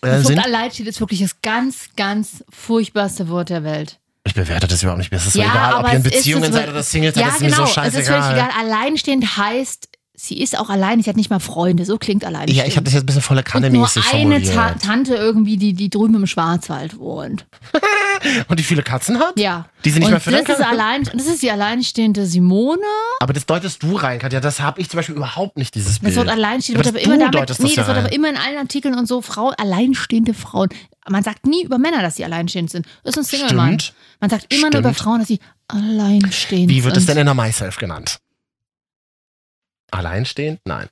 äh,
Äh,
sind.
Alleinschied ist wirklich das ganz, ganz furchtbarste Wort der Welt.
Ich bewerte das überhaupt nicht. Mir ist es so
Ja,
egal, ob
aber
ihr in
es ist
Beziehungen
es
seid
wirklich-
oder Single seid,
ja,
das ist
genau.
mir so
es ist völlig
scheißegal.
egal. Alleinstehend heißt, sie ist auch allein. Sie hat nicht mal Freunde. So klingt alleinstehend.
Ja, ich habe das jetzt ein bisschen volle Kanne
Und nur
mäßig
eine
formuliert.
Ta Tante irgendwie, die, die drüben im Schwarzwald wohnt.
Und die viele Katzen hat?
Ja.
Die sie nicht
und
mehr füttern
das ist
kann?
allein, Das ist die alleinstehende Simone.
Aber das deutest du rein, Katja. Das habe ich zum Beispiel überhaupt nicht, dieses Bild.
Das Wort alleinstehend wird
Äh, Aber
aber immer
du
damit.
deutest das
nee,
ja
das wird
rein.
aber immer in allen Artikeln und so Frauen, alleinstehende Frauen. Man sagt nie über Männer, dass sie alleinstehend sind. Das ist ein Single-Mann.
Stimmt.
Man sagt immer nur über
Stimmt.
Frauen, dass sie alleinstehend sind.
Wie wird es denn in der MySelf genannt? Alleinstehend? Nein.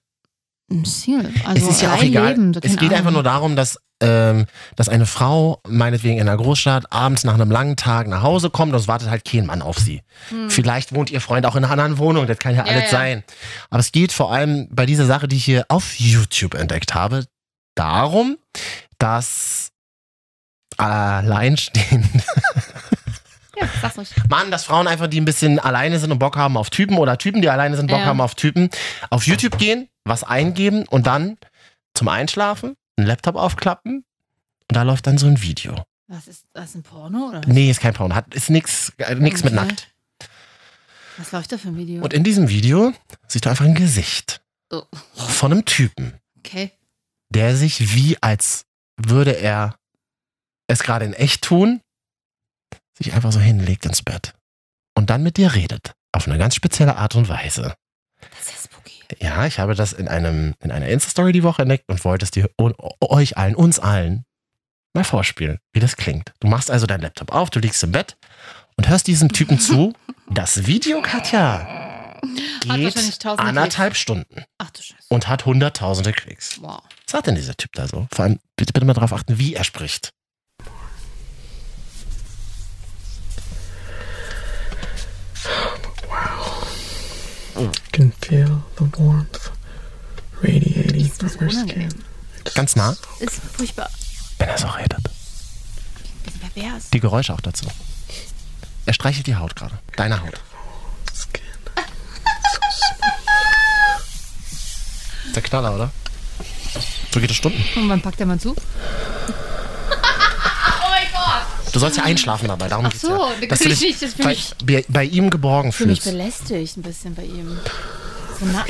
Ein Single. Also
es ist ja auch
allein
egal.
Leben, so
es
keine
geht einfach nur darum,
Ahnung.
dass, ähm, dass eine Frau, meinetwegen in einer Großstadt, abends nach einem langen Tag nach Hause kommt und es wartet halt kein Mann auf sie. Vielleicht wohnt ihr Freund auch in einer anderen Wohnung, das kann ja,
Hm. Ja,
alles
ja.
sein. Aber es geht vor allem bei dieser Sache, die ich hier auf YouTube entdeckt habe, darum, dass alleinstehende
Ja, sag's ruhig.
Mann, dass Frauen einfach, die ein bisschen alleine sind und Bock haben auf Typen oder Typen, die alleine sind, Bock
Ja.
haben auf Typen, auf YouTube gehen, was eingeben und dann zum Einschlafen einen Laptop aufklappen und da läuft dann so ein Video.
Was ist das? Ein Porno? Oder?
Nee, ist kein Porn, hat, ist nix, äh, nix mit
Okay.
nackt.
Was läuft da für ein Video?
Und in diesem Video sieht er einfach ein Gesicht
Oh.
von einem Typen,
Okay.
der sich wie als würde er es gerade in echt tun, sich einfach so hinlegt ins Bett und dann mit dir redet. Auf eine ganz spezielle Art und Weise.
Das ist ja spooky.
Ja, ich habe das in, einem, in einer Insta-Story die Woche entdeckt und wollte es dir und euch allen, uns allen mal vorspielen, wie das klingt. Du machst also deinen Laptop auf, du liegst im Bett und hörst diesem Typen zu. Das Video, Katja,
wahrscheinlich
geht
tausende
anderthalb Stunden
Ach du Scheiße.
und hat hunderttausende Klicks.
Wow.
Was sagt denn dieser Typ da so? Vor allem, bitte, bitte mal darauf achten, wie er spricht.
can feel the warmth radiating
Ist
from
das
her skin.
unangenehm?
Ganz nah,
Ist furchtbar.
wenn er so redet.
Ein bisschen pervers.
Die Geräusche auch dazu. Er streichelt die Haut gerade. Deine Haut.
Skin.
Ist der Knaller, oder? So geht das Stunden.
Und wann packt er mal zu?
Du sollst ja einschlafen dabei, darum
Ach
geht's
so,
ja.
das
Dass du
fühl
dich
ich nicht, das fühl
bei,
ich-
bei, bei ihm geborgen
Ich fühle mich
fühlst.
belästigt ein bisschen bei ihm. So na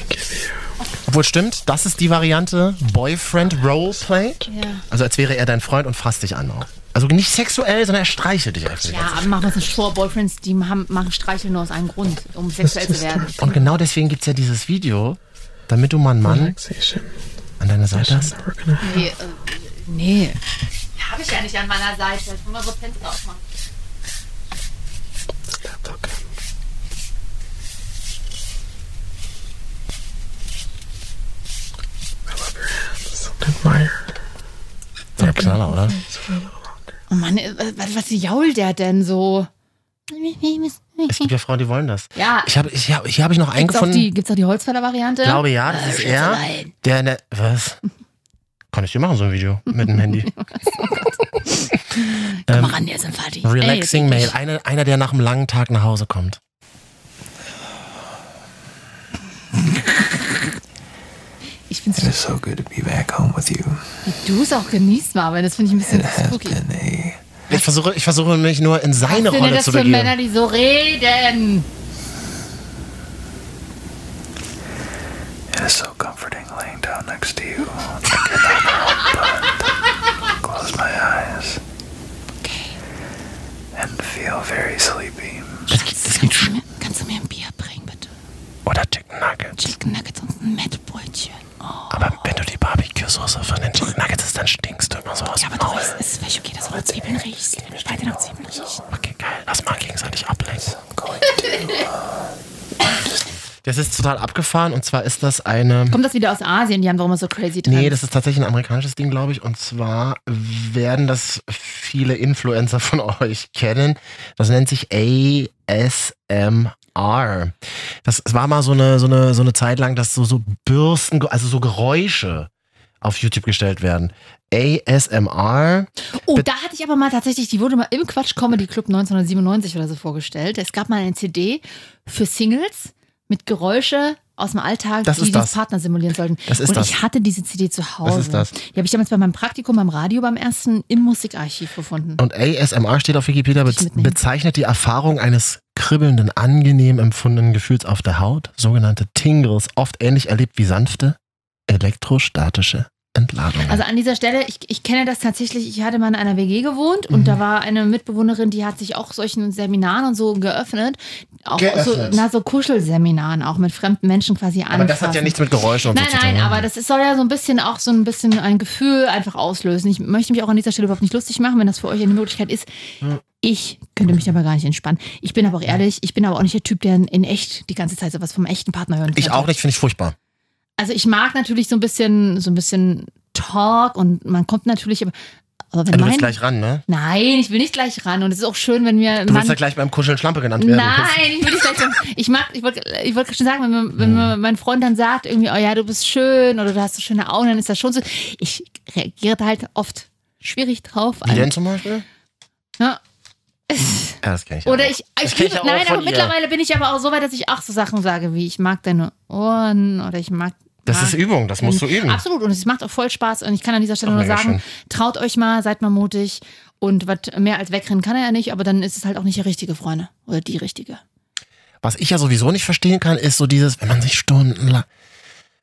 Obwohl stimmt, das ist die Variante Boyfriend Roleplay.
ja.
Also als wäre er dein Freund und fasst dich an auch. Also nicht sexuell, sondern er streichelt dich einfach. die
ja,
ganze Zeit.
aber machen wir uns nicht vor. Boyfriends, die haben, machen Streicheln nur aus einem Grund, um sexuell zu werden.
Und genau deswegen gibt's ja dieses Video, damit du mal einen Mann
Relaxation.
an deiner Seite hast.
We're gonna have
Nee, äh, nee. Habe ich ja nicht an meiner Seite. Jetzt wollen wir so Fenster aufmachen.
that look. I love your hands. Admire.
So ein Knaller, oder?
Oh Mann, äh, was, was jault der denn so?
Es gibt ja Frauen, die wollen das.
Ja.
Ich hab, ich, ja, hier habe ich noch einen
Gibt's auch
gefunden.
die, ne? Äh, gibt's auch die Holzfäller-Variante?
Ich glaube ja, das ist er,
allein.
der in der. Was? Kann ich dir machen, so ein Video mit dem Handy.
Komm mal ran, der ist ein Vati.
ähm, Relaxing
Ey,
Mail. Eine, einer, der nach einem langen Tag nach Hause kommt.
Ich find's
It is so good to be back home with you.
wie du es auch genießt, Marvin. Das finde ich ein bisschen spooky.
Been a
Ich versuche, ich versuche mich nur in seine
Was sind denn
Rolle
das
zu
für Männer,
begeben.
die so reden?
it is so comforting laying down next to you. I cannot help but close my eyes and feel very sleepy.
Kannst, kannst, du mir, kannst du mir ein Bier bringen, bitte?
Oder Chicken Nuggets.
Chicken Nuggets und ein Mettbrötchen. Oh,
Aber wenn du die Barbecue-Soße von den Chicken Nuggets isst, dann stinkst du immer so aus
ja, aber
dem
du
Maul.
weißt, es ist vielleicht okay, dass du Zwiebeln riechst. Beide nach Zwiebeln riechen.
Okay, geil. Lass mal gegenseitig ablenken. Das ist total abgefahren und zwar ist das eine.
Kommt das wieder aus Asien? Die haben doch immer so crazy Trends.
Nee, das ist tatsächlich ein amerikanisches Ding, glaube ich. Und zwar werden das viele Influencer von euch kennen. Das nennt sich ASMR. Das es war mal so eine, so eine, so eine Zeit lang, dass so, so Bürsten, also so Geräusche auf YouTube gestellt werden. ASMR.
oh, da hatte ich aber mal tatsächlich, die wurde mal im Quatsch Comedy Club 1997 oder so vorgestellt. Es gab mal eine CD für Singles mit Geräusche aus dem Alltag,
Das
die
ist
den
das.
Partner simulieren sollten.
Das ist
Und
das.
ich hatte diese CD zu Hause.
Das ist das.
Die habe ich damals bei meinem Praktikum beim Radio beim ersten im Musikarchiv gefunden.
Und ASMR steht auf Wikipedia,
Muss ich
bez
mitnehmen.
bezeichnet die Erfahrung eines kribbelnden, angenehm empfundenen Gefühls auf der Haut, sogenannte Tingles, oft ähnlich erlebt wie sanfte, elektrostatische Entladungen.
Also an dieser Stelle, ich, ich kenne das tatsächlich, ich hatte mal in einer WG gewohnt und
Mhm.
da war eine Mitbewohnerin, die hat sich auch solchen Seminaren und so geöffnet. Auch
Geöffnet.
so, na, so Kuschelseminaren, auch mit fremden Menschen quasi anfassen.
aber das hat ja nichts mit Geräuschen und
Nein,
so zu tun.
nein, aber das ist, soll ja so ein bisschen auch so ein bisschen ein Gefühl einfach auslösen. Ich möchte mich auch an dieser Stelle überhaupt nicht lustig machen, wenn das für euch eine Möglichkeit ist.
Hm.
Ich könnte mich aber gar nicht entspannen. Ich bin aber auch ehrlich, ich bin aber auch nicht der Typ, der in, in echt die ganze Zeit sowas vom echten Partner hören
ich
könnte.
auch nicht, finde ich furchtbar.
Also ich mag natürlich so ein bisschen, so ein bisschen Talk und man kommt natürlich, aber,
Ja,
aber wenn
Also du willst
mein,
gleich ran, ne?
nein, ich will nicht gleich ran und es ist auch schön, wenn mir
Du willst ja
Mann,
gleich beim Kuscheln Schlampe genannt werden.
nein, ich will nicht gleich, ran. ich mag, ich wollte, ich wollte schon sagen, wenn, mir, wenn
Hm.
mir mein Freund dann sagt irgendwie, oh ja, du bist schön oder du hast so schöne Augen, dann ist das schon so. Ich reagiere da halt oft schwierig drauf.
Wie
Also,
denn zum Beispiel?
Ja.
Ja, das kenn ich.
Oder ich,
Das
ich
kenn ich
liebe,
aber auch
nein,
von
aber
ihr.
mittlerweile bin ich aber auch so weit, dass ich auch so Sachen sage wie, ich mag deine Ohren oder ich mag.
Das
mag
ist Übung, das musst du üben.
Ähm, Absolut, und es macht auch voll Spaß. Und ich kann an dieser Stelle
Ach,
nur
mega
sagen, traut euch mal, seid mal mutig. Und was mehr als wegrennen kann er ja nicht, aber dann ist es halt auch nicht der richtige Freunde oder die richtige.
Was ich ja sowieso nicht verstehen kann, ist so dieses, wenn man sich stundenlang.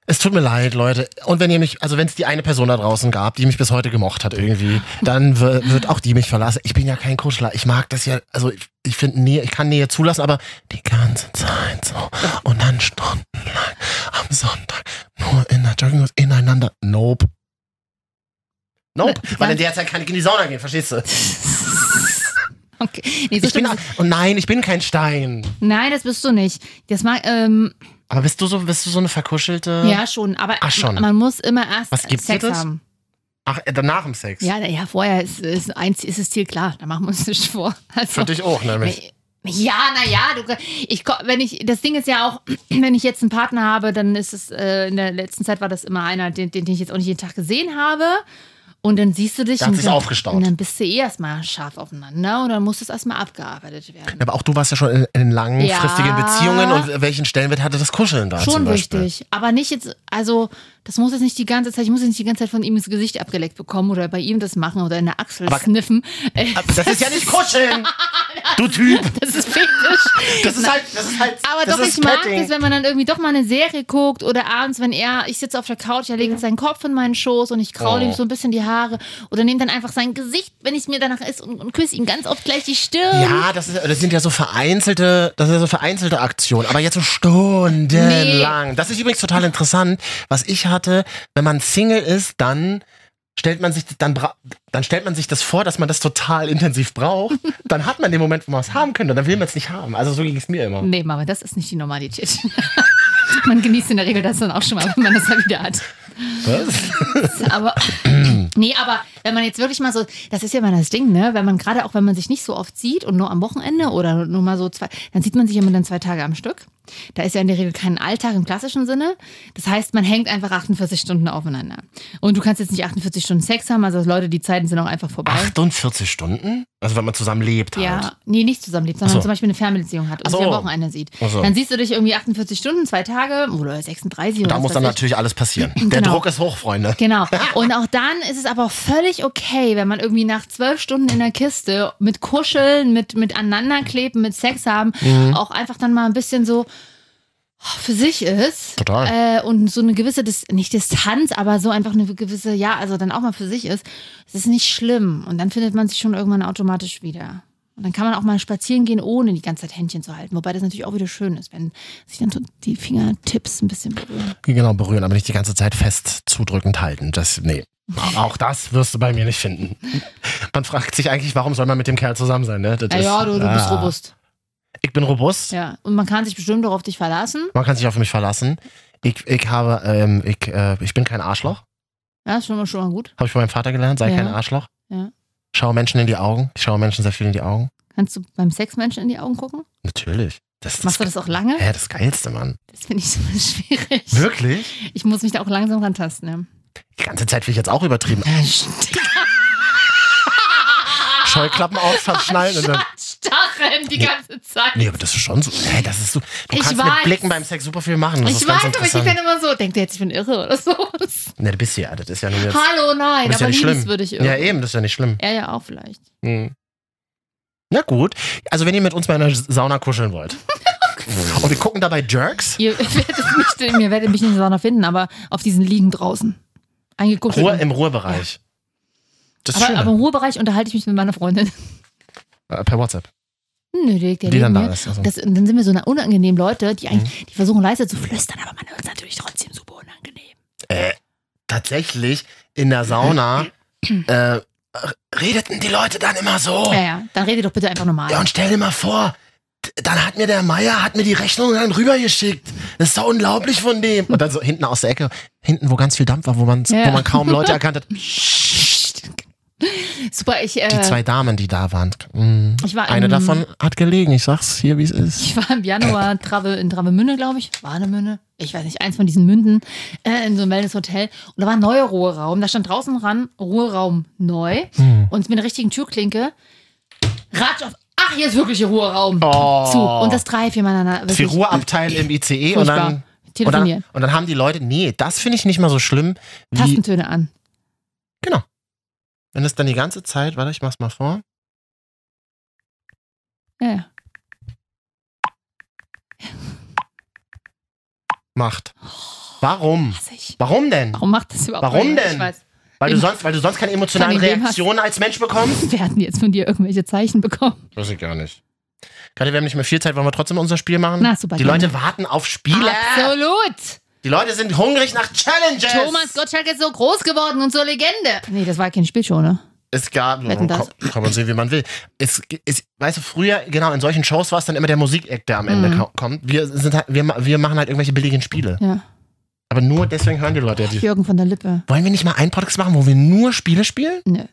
Es tut mir leid, Leute. Und wenn ihr mich, also wenn es die eine Person da draußen gab, die mich bis heute gemocht hat irgendwie, dann w- wird auch die mich verlassen. Ich bin ja kein Kuschler. Ich mag das ja, also ich, ich finde Nähe, ich kann Nähe zulassen, aber die ganze Zeit so. Und dann stundenlang am Sonntag nur in der Jogginghose ineinander. Nope. Nope.
Ne,
Weil in der Zeit kann ich in die Sauna gehen, verstehst du?
Okay. Nee, so
Ich bin,
schlimm
auch-
ist es-
und nein, ich bin kein Stein.
nein, das bist du nicht. Das mag, ähm,
Aber bist du so, bist du so eine verkuschelte?
ja, schon, aber
Äh, Ach, schon.
man muss immer erst
Was gibt's
Sex
hier das?
haben.
Ach, äh, danach im Sex.
Ja, ja, vorher ist, ist, eins, ist das Ziel klar, da machen wir uns nicht vor. Also,
Für dich auch, ne? nämlich.
Ja, naja, du, ich, ko- wenn ich, das Ding ist ja auch, wenn ich jetzt einen Partner habe, dann ist es, äh, in der letzten Zeit war das immer einer, den, den, den ich jetzt auch nicht jeden Tag gesehen habe. Und dann siehst du dich.
Da hat
und
sich's
dann-
aufgestaut.
Und dann bist du eh erstmal scharf aufeinander und dann muss das erstmal abgearbeitet werden.
Aber auch du warst ja schon in, in langfristigen
Ja.
Beziehungen und welchen Stellenwert hatte das Kuscheln da zum
Schon
Beispiel?
wichtig. Aber nicht jetzt, also, das muss jetzt nicht die ganze Zeit, ich muss jetzt nicht die ganze Zeit von ihm das Gesicht abgeleckt bekommen oder bei ihm das machen oder in der Achsel
Aber-
sniffen. Äh,
Aber Das ist ja nicht Kuscheln! du Typ!
Das ist fetisch.
Das ist halt, das ist halt,
Aber
das
doch,
ist
ich mag
Petting.
das, wenn man dann irgendwie doch mal eine Serie guckt oder abends, wenn er, ich sitze auf der Couch, er legt seinen Kopf in meinen Schoß und ich kraule
Oh.
ihm so ein bisschen die Haare oder nehme dann einfach sein Gesicht, wenn es mir danach ist und, und küsse ihm ganz oft gleich die Stirn.
Ja, das, ist, das sind ja so vereinzelte, das sind ja so vereinzelte Aktionen, aber jetzt so stundenlang. Das ist übrigens total interessant, was ich hatte, wenn man Single ist, dann stellt man sich dann bra- dann stellt man sich das vor, dass man das total intensiv braucht, dann hat man den Moment, wo man es haben könnte, dann will man es nicht haben. Also so ging es mir immer.
Nee, Mama, das ist nicht die Normalität. man genießt in der Regel das dann auch schon mal, wenn man das mal wieder hat.
Was?
Aber nee, aber wenn man jetzt wirklich mal so, das ist ja immer das Ding, ne? Wenn man gerade auch, wenn man sich nicht so oft sieht und nur am Wochenende oder nur mal so zwei, dann sieht man sich immer dann zwei Tage am Stück. Da ist ja in der Regel kein Alltag im klassischen Sinne. Das heißt, man hängt einfach 48 Stunden aufeinander. Und du kannst jetzt nicht 48 Stunden Sex haben, also Leute, die Zeiten sind auch einfach vorbei.
48 Stunden? Also wenn man zusammen lebt halt.
Ja, Mhm. nee, nicht zusammenlebt, sondern
Ach so.
zum Beispiel eine Fernbeziehung hat und
Ach so.
sich am Wochenende sieht.
Ach so.
Dann siehst du dich irgendwie 48 Stunden, zwei Tage oder 36 oder
Da
was
muss dann
weiß ich.
natürlich alles passieren. Der
Genau.
Druck ist hoch, Freunde.
Genau. Und auch dann ist es aber völlig okay, wenn man irgendwie nach zwölf Stunden in der Kiste mit Kuscheln, mit, mit aneinanderkleben, mit Sex haben,
Mhm.
auch einfach dann mal ein bisschen so für sich ist.
Total.
Äh, und so eine gewisse, Dis nicht Distanz, aber so einfach eine gewisse, ja, also dann auch mal für sich ist. Es ist nicht schlimm. Und dann findet man sich schon irgendwann automatisch wieder. Und dann kann man auch mal spazieren gehen, ohne die ganze Zeit Händchen zu halten. Wobei das natürlich auch wieder schön ist, wenn sich dann so die Fingertips ein bisschen berühren.
Genau, berühren, aber nicht die ganze Zeit fest zudrückend halten. Das, nee. Auch das wirst du bei mir nicht finden. Man fragt sich eigentlich, warum soll man mit dem Kerl zusammen sein, ne? Das
Ja,
ist-
ja, du, du bist
ah.
robust.
Ich bin robust.
Ja. Und man kann sich bestimmt auch auf dich verlassen.
Man kann sich auf mich verlassen. Ich, ich habe, ähm, ich, äh, ich bin kein Arschloch.
Ja, ist schon mal, schon mal gut.
Habe ich von meinem Vater gelernt. Sei
Ja.
kein Arschloch.
Ja.
Schau Menschen in die Augen. Ich schaue Menschen sehr viel in die Augen.
Kannst du beim Sex Menschen in die Augen gucken?
Natürlich. Das ist
Machst du
das,
das auch lange?
Hä, das Geilste, Mann.
Das finde ich so schwierig.
Wirklich?
Ich muss mich da auch langsam rantasten. Ja.
Die ganze Zeit will ich jetzt auch übertrieben.
Ah.
Scheuklappen auf, verschnallen und dann.
Stacheln die
Nee.
ganze Zeit.
Nee, aber das ist schon so. Hä, das ist so. Du
Ich
kannst
weiß.
mit Blicken beim Sex super viel machen. Das
ich
ist ganz
weiß, aber ich
interessant.
bin immer so, denkt ihr jetzt, ich bin irre oder so. Das-
Ne, du bist ja, das ist ja nur jetzt.
Hallo, nein,
das ist ja
aber
nicht schlimm.
liebenswürdig
Ja,
irgendwie.
eben, das ist ja nicht schlimm.
Er ja auch vielleicht.
Hm. Na gut. Also, wenn ihr mit uns mal in der Sauna kuscheln wollt.
Oh
Und wir gucken dabei Jerks.
Ihr werdet mich, ihr werdet mich nicht in der Sauna finden, aber auf diesen Liegen draußen. Eingekuschelt.
Ruhe im Ruhebereich. Das ist
aber,
schön.
aber im Ruhebereich unterhalte ich mich mit meiner Freundin.
Äh, per WhatsApp.
Nö, der liegt ja
die
neben
dann
mir.
da ist. Mhm. Also.
Das, und dann sind wir so eine unangenehmen Leute, die eigentlich, die versuchen leise zu flüstern, aber man hört es natürlich trotzdem super unangenehm.
Tatsächlich in der Sauna äh, r- redeten die Leute dann immer so.
Ja, ja, dann rede doch bitte einfach normal.
Oh. Ja, und stell dir mal vor, d- dann hat mir der Meier hat mir die Rechnung dann rübergeschickt. Das ist doch unglaublich von dem. Und dann so hinten aus der Ecke, hinten, wo ganz viel Dampf war, wo, man
Ja.
wo man kaum Leute erkannt hat. Die
Super, ich, äh,
zwei Damen, die da waren. Mhm.
ich war
Eine
im,
davon hat gelegen. Ich sag's hier, wie es ist.
Ich war im Januar in Trave, in Travemünde, glaube ich. Warnemünde. Ich weiß nicht, eins von diesen Münden äh, in so einem Wellnesshotel. Und da war ein neuer Ruheraum. Da stand draußen ran, Ruheraum neu.
Hm.
Und mit einer richtigen Türklinke. Ratsch auf, ach, hier ist wirklich der Ruheraum.
Oh.
Zu. Und das drei, vier Mal
Für Ruheabteil im ICE und
Furchtbar.
dann, und, dann,
Telefonieren.
und dann haben die Leute, nee, das finde ich nicht mal so schlimm, wie,
Tastentöne an.
genau. Wenn es dann die ganze Zeit, warte, ich mach's mal vor.
Ja, ja.
Macht. Warum?
Hasse ich.
Warum denn?
Warum macht das überhaupt
Warum
keiner?
denn?
Ich weiß.
Weil du
Eben.
sonst, weil du sonst keine emotionalen
Von wem hast-
Reaktionen als Mensch bekommst?
Wir hatten jetzt von dir irgendwelche Zeichen bekommen.
Weiß ich gar nicht. Gerade wir haben nicht mehr viel Zeit, wollen wir trotzdem unser Spiel machen?
Na, super,
Die
gerne.
Leute Ah! warten auf Spiele.
Absolut.
Die Leute sind hungrig nach Challenges.
Thomas Gottschalk ist so groß geworden und so Legende. Nee, das war keine Spielshow, ne?
Es gab,
Wetten, das-
Komm, kann man sehen, wie man will. Es, es, weißt du, früher, genau, in solchen Shows war es dann immer der Musik-Act, der am Ende
Mhm.
ka- kommt. Wir, sind halt, wir, ma- wir machen halt irgendwelche billigen Spiele.
Ja.
Aber nur deswegen hören die Leute ja die.
Jürgen von der Lippe.
Wollen wir nicht mal einen Podcast machen, wo wir nur Spiele spielen?
Nö.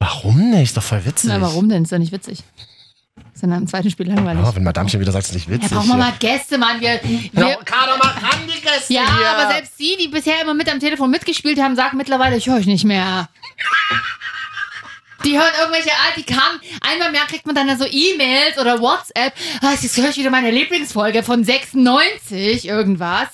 Warum nicht? Ist doch voll witzig.
Na, warum denn? Ist doch nicht witzig. Ist dann am zweiten Spiel langweilig.
Oh, wenn Madamchen wieder sagt, es ist nicht
ja,
witzig.
brauchen wir mal Gäste, Mann. Wir, wir,
Kader, mach ran die Gäste
ja,
hier.
aber selbst die, die bisher immer mit am Telefon mitgespielt haben, sagen mittlerweile, ich höre euch nicht mehr. Die hören irgendwelche alt, die kamen. Einmal im Jahr kriegt man dann so E-Mails oder WhatsApp. Ah, jetzt höre ich wieder meine Lieblingsfolge von 96, irgendwas.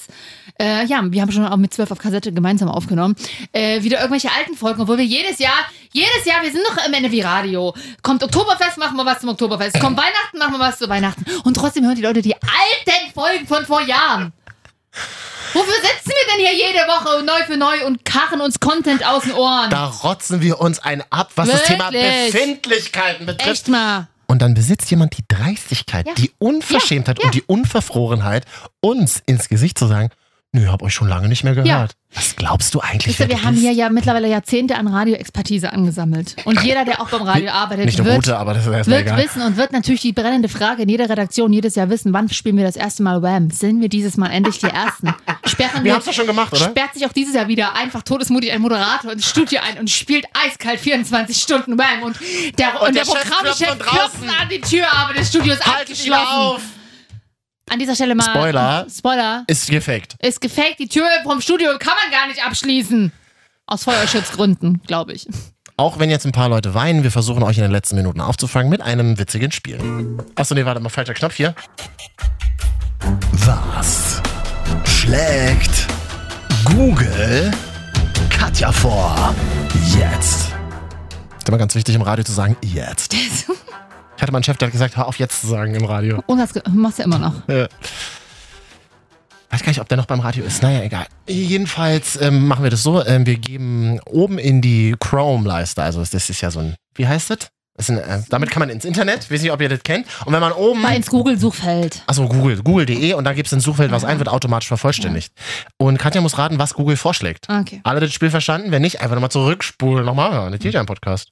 Äh, ja, wir haben schon auch mit 12 auf Kassette gemeinsam aufgenommen. Äh, wieder irgendwelche alten Folgen, obwohl wir jedes Jahr, jedes Jahr, wir sind noch im NRW-Radio. Kommt Oktoberfest, machen wir was zum Oktoberfest. Kommt Weihnachten, machen wir was zu Weihnachten. Und trotzdem hören die Leute die alten Folgen von vor Jahren. Wofür sitzen wir denn hier jede Woche neu für neu und karren uns Content aus den Ohren?
Da rotzen wir uns einen ab, was das Thema
Wirklich?
Befindlichkeiten betrifft.
Echt mal.
Und dann besitzt jemand die Dreistigkeit,
Ja.
die Unverschämtheit
Ja, ja.
und die Unverfrorenheit, uns ins Gesicht zu sagen, nö, hab euch schon lange nicht mehr gehört. Was glaubst du eigentlich,
Wisst ihr,
wer
wir
du
haben
bist?
hier ja mittlerweile Jahrzehnte an Radioexpertise angesammelt. Und jeder, der auch beim Radio arbeitet,
Nicht nur
wird,
gute, aber das ist erstmal
wird
egal.
wissen und wird natürlich die brennende Frage in jeder Redaktion jedes Jahr wissen, wann spielen wir das erste Mal Wham? Sind wir dieses Mal endlich die Ersten? Sperren
Wir
wir,
haben's doch schon gemacht, oder?
sperrt sich auch dieses Jahr wieder einfach todesmutig ein Moderator ins Studio ein und spielt eiskalt 24 Stunden Wham. Und der, und
der
der,
Chef klopft
Programmchef
von draußen.
klopft an die Tür, aber das Studio ist
Haltet ihn
abgeschlossen.
auf!
An dieser Stelle mal.
Spoiler.
Spoiler.
Ist gefaked.
Ist gefaked. Die Tür vom Studio kann man gar nicht abschließen. Aus Feuerschutzgründen, glaube ich.
Auch wenn jetzt ein paar Leute weinen, wir versuchen euch in den letzten Minuten aufzufangen mit einem witzigen Spiel. Achso, nee, warte mal, falscher Knopf hier.
Was schlägt Google Katja vor? Jetzt.
Ist immer ganz wichtig im Radio zu sagen, jetzt.
Das-
Ich hatte mal einen Chef, der hat gesagt, hör auf jetzt zu sagen im Radio.
Und das ge- machst du immer noch.
Ja. Weiß gar nicht, ob der noch beim Radio ist. Naja, egal. Jedenfalls ähm, machen wir das so. Ähm, wir geben oben in die Chrome-Leiste. Also das ist ja so ein, wie heißt das? das ist ein, äh, damit kann man ins Internet. Weiß nicht, ob ihr das kennt. Und wenn man oben...
Mal ins Google-Suchfeld.
Achso, Google. Google.de und da gibst du ins Suchfeld was ein, wird automatisch vervollständigt. Und Katja muss raten, was Google vorschlägt.
Okay.
Alle das Spiel verstanden? Wenn nicht, einfach nochmal zurückspulen. Nochmal hören. Das geht ja im Podcast.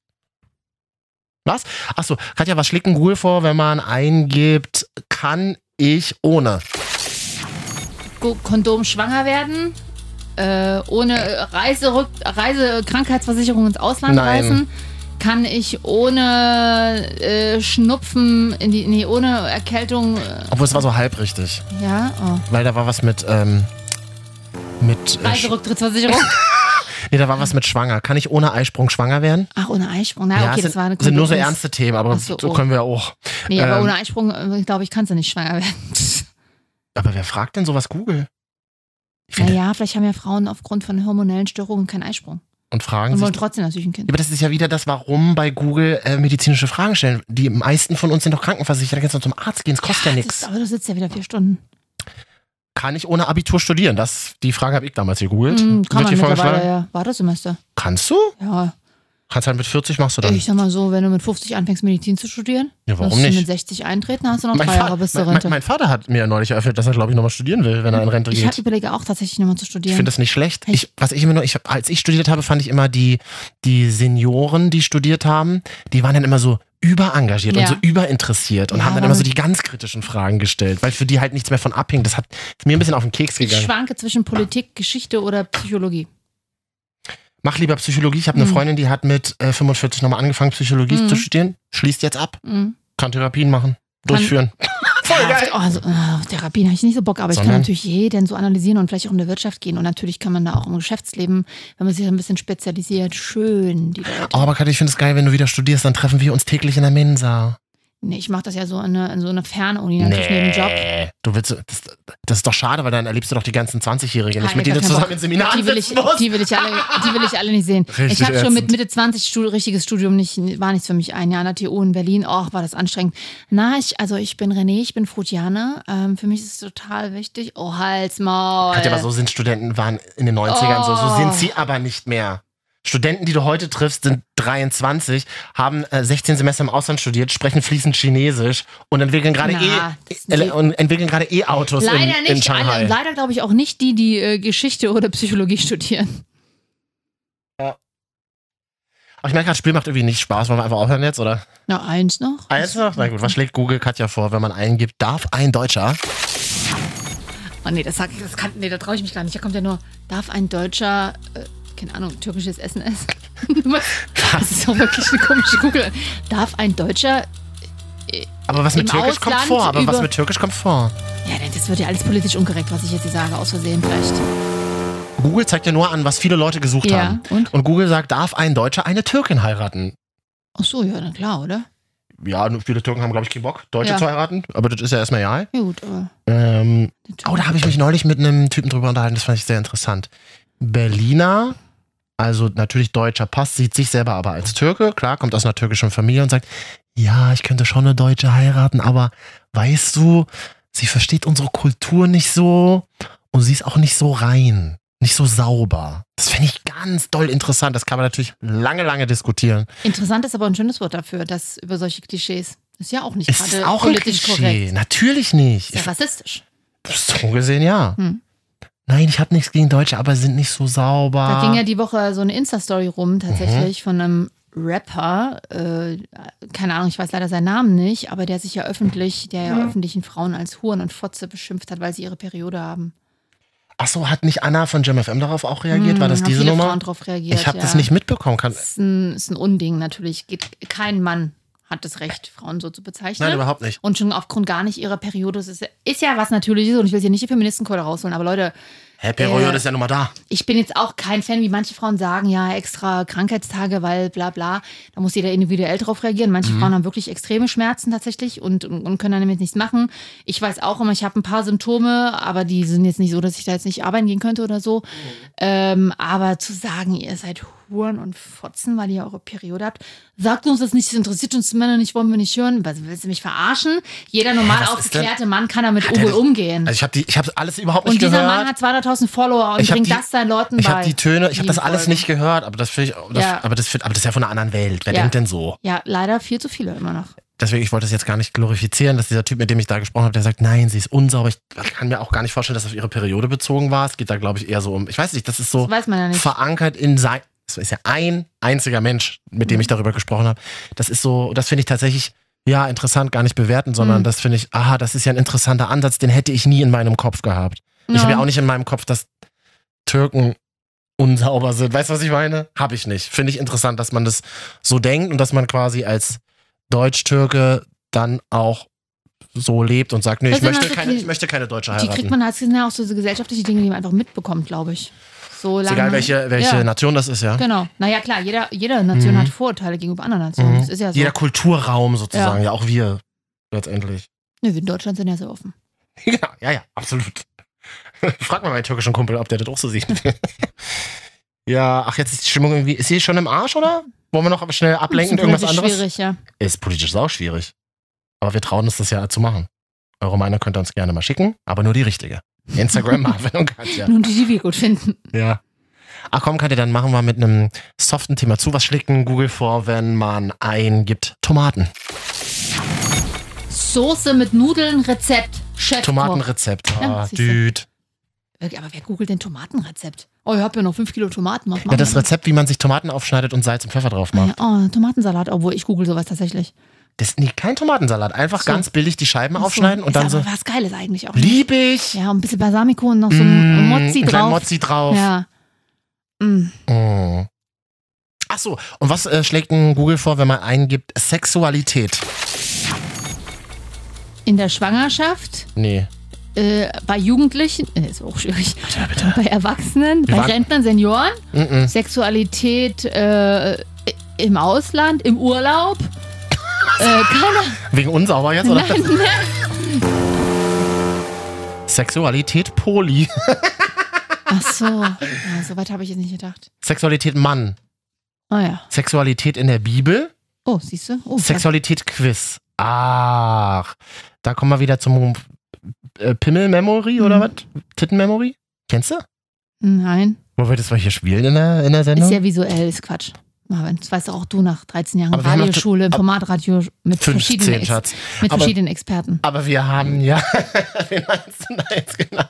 Was? Achso, Katja, was schlägt denn Google vor, wenn man eingibt, kann ich ohne?
Go- Kondom schwanger werden, äh, ohne Reiserück Reise Krankheitsversicherung ins Ausland
Nein.
reisen, kann ich ohne äh, Schnupfen, in die, nee, ohne Erkältung, äh,
Obwohl es war so halb richtig,
ja, oh.
weil da war was mit, ähm, mit, äh,
Also
Sch-
Reiserücktrittsversicherung.
nee, da war was mit schwanger. Kann ich ohne Eisprung schwanger werden?
Ach, ohne Einsprung. Na, Ah, okay,
es sind,
das war eine
sind nur so
Kondoms-
ernste Themen, aber
Ach
so,
so, oh.
können wir auch.
Nee, aber
ähm,
ohne Einsprung, äh, glaube ich, kannst du nicht schwanger werden.
Aber wer fragt denn sowas Google? Ich finde,
Naja, vielleicht haben ja Frauen aufgrund von hormonellen Störungen keinen Einsprung.
Und fragen
Und
sich.
wollen trotzdem natürlich ein
Ja,
Kind.
Aber das ist ja wieder das, warum bei Google äh, medizinische Fragen stellen. Die meisten von uns sind doch krankenversichert, da kannst du zum Arzt gehen, es kostet ja
Das ist,
nichts.
aber du sitzt ja wieder vier Stunden.
Kann ich ohne Abitur studieren? Das, die Frage habe ich damals gegoogelt.
Mhm, kann
Wird
man
dir
mittlerweile,
vorgeschlagen?
ja. War das Semester?
Kannst du?
Ja.
Kannst halt mit 40 machst du dann.
Ich sag mal so, wenn du mit 50 anfängst, Medizin zu studieren,
ja, warum
musst du mit
nicht?
60 eintreten, hast du noch
Mein,
drei Jahre
Vater,
bis zur
mein, mein,
Rente.
mein Vater hat mir neulich eröffnet, dass er, glaube ich, nochmal studieren will, wenn er in Rente
ich hab,
geht.
überlege auch tatsächlich nochmal zu
Ich
studieren.
finde das nicht schlecht.
Ich-
Ich, was ich immer noch, ich, hab- als ich studiert habe, fand ich immer die, die Senioren, die studiert haben, die waren dann immer so überengagiert
Ja.
und so überinteressiert und
Ja,
haben dann
aber
immer so
mit-
die ganz kritischen Fragen gestellt, weil für die halt nichts mehr von abhing. Das hat ist mir ein bisschen auf den Keks
ich
gegangen.
schwanke zwischen Politik, Geschichte oder Psychologie.
Mach lieber Psychologie. Ich habe eine
Mhm.
Freundin, die hat mit äh, 45 nochmal angefangen, Psychologie
Mhm.
zu studieren, schließt jetzt ab,
Mhm.
kann Therapien machen, durchführen.
Voll geil. Also, äh, auf Therapien habe ich nicht so Bock, aber ich kann
Sondern?
natürlich jeden so analysieren und vielleicht auch in der Wirtschaft gehen. Und natürlich kann man da auch im Geschäftsleben, wenn man sich ein bisschen spezialisiert, schön die Leute.
Oh, aber Katja, ich finde es geil, wenn du wieder studierst, dann treffen wir uns täglich in der Mensa.
Nee, ich mache das ja so in, eine, in so einer Fernuni, natürlich neben dem Job.
Du willst, das, das ist doch schade, weil dann erlebst du doch die ganzen 20-Jährigen nicht,
Alter,
mit denen du
kein
zusammen
Bock.
in Seminaren
Die will, ich,
sitzen musst.
die, will ich alle, die will ich alle nicht sehen.
Richtig
ich habe schon mit
ätzend.
Mitte 20 Stud richtiges Studium nicht, war nichts für mich. Ein Jahr an der TU in Berlin, auch war das anstrengend. Na, ich, also ich bin René, ich bin Frutianer. Ähm, für mich ist es total wichtig. Oh, Hals, Maul.
Katja, aber so sind Studenten, waren in den 90ern so, so
Oh.
sind sie aber nicht mehr. Studenten, die du heute triffst, sind 23, haben äh, 16 Semester im Ausland studiert, sprechen fließend Chinesisch und entwickeln gerade
Na,
E-
das ist-
äh, und entwickeln gerade E-Autos in,
Leider
in
nicht alle.
Shanghai.
Leider glaube ich auch nicht die, die äh, Geschichte oder Psychologie studieren.
aber ich merke gerade, Spiel macht irgendwie nicht Spaß. Wollen wir einfach aufhören jetzt, oder?
Na, eins Ah, noch.
Eins noch? Na gut, was schlägt Google Katja vor, wenn man eingibt, darf ein Deutscher?
Oh nee, das sag ich, das kann, nee, da traue ich mich gar nicht. Da kommt ja nur, darf ein Deutscher, äh, keine Ahnung, türkisches Essen essen? das ist doch wirklich eine komische Google. Darf ein Deutscher,
Aber was mit
Im
Türkisch kommt
Ausland
vor, aber was
über-
mit Türkisch kommt vor.
ja, nee, das wird ja alles politisch unkorrekt, was ich jetzt hier sage, aus Versehen vielleicht.
Google zeigt ja nur an, was viele Leute gesucht
Ja,
haben.
und?
Und Google sagt, darf ein Deutscher eine Türkin heiraten?
Ach so, ja, na klar, oder?
Ja, nur viele Türken haben, glaube ich, keinen Bock, Deutsche
Ja.
zu heiraten. Aber das ist ja erstmal egal.
Ja, gut, aber.
Ähm,
natürlich.
oh, da habe ich mich neulich mit einem Typen drüber unterhalten. Das fand ich sehr interessant. Berliner, also natürlich deutscher Pass, sieht sich selber aber als Türke. Klar, kommt aus einer türkischen Familie und sagt, ja, ich könnte schon eine Deutsche heiraten, aber weißt du, sie versteht unsere Kultur nicht so und sie ist auch nicht so rein, nicht so sauber. Das finde ich ganz doll interessant. Das kann man natürlich lange, lange diskutieren.
Interessant ist aber ein schönes Wort dafür, dass über solche Klischees. Ist ja auch nicht
Ist
gerade
auch ein
politisch
Klischee.
korrekt.
Natürlich nicht.
Ist ja rassistisch.
So gesehen ja.
Hm.
Nein, ich habe nichts gegen Deutsche, aber sie sind nicht so sauber.
Da ging ja die Woche so eine Insta-Story
Mhm.
rum, tatsächlich, von einem Rapper, äh, keine Ahnung, ich weiß leider seinen Namen nicht, aber der sich ja öffentlich, der ja öffentlichen Frauen als Huren und Fotze beschimpft hat, weil sie ihre Periode haben.
Ach so, hat nicht Anna von JamFM darauf auch reagiert? War
Hm,
das
haben
diese
viele
Nummer?
Frauen drauf reagiert,
Ich habe
ja.
das nicht mitbekommen. Kann,
Ist ein, ist ein Unding natürlich. Geht, kein Mann hat das Recht, Frauen so zu bezeichnen.
nein, überhaupt nicht.
und schon aufgrund gar nicht ihrer Periode. Das ist, ist ja was Natürliches und ich will hier nicht die Feministenkeule rausholen, aber Leute,
Happy
Äh,
Royal ist ja nun mal da.
ich bin jetzt auch kein Fan, wie manche Frauen sagen, ja, extra Krankheitstage, weil bla bla. Da muss jeder individuell drauf reagieren. Manche
Mhm.
Frauen haben wirklich extreme Schmerzen tatsächlich und, und, und können dann damit nichts machen. Ich weiß auch immer, ich habe ein paar Symptome, aber die sind jetzt nicht so, dass ich da jetzt nicht arbeiten gehen könnte oder so. Ähm, aber zu sagen, ihr seid Huren und Fotzen, weil ihr eure Periode habt, sagt uns das nicht, das interessiert uns Männer nicht, wollen wir nicht hören. Was, willst du mich verarschen? Jeder normal
was ist
aufgeklärte Mann kann damit
der
wohl
das-
umgehen.
Also ich habe ich hab alles überhaupt nicht
und dieser
gehört.
Mann hat 200.000 Follower und
Ich hab
bringt
die-
das seinen Leuten
ich
bei.
habe die Töne, ich habe das alles
Folgen.
nicht gehört, aber das, find ich, das,
Ja.
aber, das find, aber das ist ja von einer anderen Welt. Wer
Ja.
denkt denn so?
Ja, leider viel zu viele immer noch.
Deswegen, ich wollte das jetzt gar nicht glorifizieren, dass dieser Typ, mit dem ich da gesprochen habe, der sagt, nein, sie ist unsauber. Ich kann mir auch gar nicht vorstellen, dass das auf ihre Periode bezogen war. Es geht da, glaube ich, eher so um, ich weiß nicht, das ist so
Das weiß man ja nicht.
verankert in sein. Es ist ja ein einziger Mensch, mit
Mhm.
dem ich darüber gesprochen habe. Das ist so, das finde ich tatsächlich, ja, interessant, gar nicht bewerten, sondern
Mhm.
das finde ich, aha, das ist ja ein interessanter Ansatz, den hätte ich nie in meinem Kopf gehabt. Ich habe ja auch nicht in meinem Kopf, dass Türken unsauber sind. Weißt du, was ich meine? Habe ich nicht. Finde ich interessant, dass man das so denkt und dass man quasi als Deutsch-Türke dann auch so lebt und sagt, nee,
Das
ich
sind
möchte,
also
keine,
die-
ich möchte keine Deutsche
Die
heiraten.
kriegt man, das sind ja auch so, so gesellschaftliche Dinge, die man einfach mitbekommt, glaube ich. So
ist
lange. ne?
egal, welche, welche
Ja.
Nation das ist, ja.
Genau. Naja, klar, jeder, jede Nation
Mhm.
hat Vorurteile gegenüber anderen Nationen.
Mhm.
Das ist ja so.
Jeder Kulturraum sozusagen, ja. auch wir letztendlich.
Nö, wir in Deutschland sind ja so offen.
Ja, ja, ja, absolut. Frag mal meinen türkischen Kumpel, ob der das auch so sieht. ja, ach, jetzt ist die Stimmung irgendwie, ist sie schon im Arsch, oder? Wollen wir noch schnell ablenken,
Das Hm, ist
irgendwas
politisch
anderes?
schwierig, ja.
Ist politisch sau schwierig. Aber wir trauen uns das ja zu machen. Eure Meinung könnt ihr uns gerne mal schicken, aber nur die richtige. Instagram Marvin und Katja.
Nun, die, die wir gut finden.
Ja. Ach komm, Katja, dann machen wir mit einem soften Thema zu. Was schlägt denn Google vor, wenn man eingibt Tomaten?
Soße mit Nudeln, Rezept, Chef.
Tomatenrezept.
Ja,
Ah,
siehste.
düd.
Wirklich, Aber wer googelt denn Tomatenrezept? Oh, ich habe ja noch fünf Kilo Tomaten. Was
Ja,
machen
das
wir
Rezept, wie man sich Tomaten aufschneidet und Salz und Pfeffer drauf macht.
denn? Ah, ja, Oh, Tomatensalat, obwohl ich google sowas tatsächlich.
Das, nee, kein Tomatensalat. Einfach
So.
ganz billig die Scheiben
Ach so.
aufschneiden und
ist
dann
aber
so.
was Geiles eigentlich auch. ne?
Lieb ich!
Ja, und ein bisschen Balsamico und noch so
Mm,
ein Mozzi
einen kleinen
drauf.
Mozzi drauf.
Ja. Mm.
Mm. Ach so, und was äh, schlägt denn Google vor, wenn man eingibt Sexualität?
In der Schwangerschaft,
Nee.
äh, bei Jugendlichen, äh, ist auch schwierig, bei Erwachsenen,
Wir
bei
waren-
Rentnern, Senioren,
Mm -mm.
Sexualität äh, im Ausland, im Urlaub. äh, keine,
Wegen unsauber jetzt, oder?
nein, nein.
Sexualität Poli.
Ach so, ja, so weit habe ich jetzt nicht gedacht.
Sexualität Mann.
Ah ja.
Sexualität in der Bibel.
Oh, siehst du? Oh,
Sexualität Quiz. Ach. Da kommen wir wieder zum äh, Pimmel-Memory oder
Mhm.
was? Titten-Memory? Kennst du?
Hm, Nein.
Wollen wir das mal hier spielen in der, in der Sendung?
Ist ja visuell, ist Quatsch. Marvin, das weißt auch du nach 13 Jahren
Aber wir haben noch-
Radioschule, Formatradio mit,
15,
verschiedenen, Ex-
Schatz.
mit
Aber-
verschiedenen Experten.
Aber wir haben ja, wen meinst du da jetzt genau?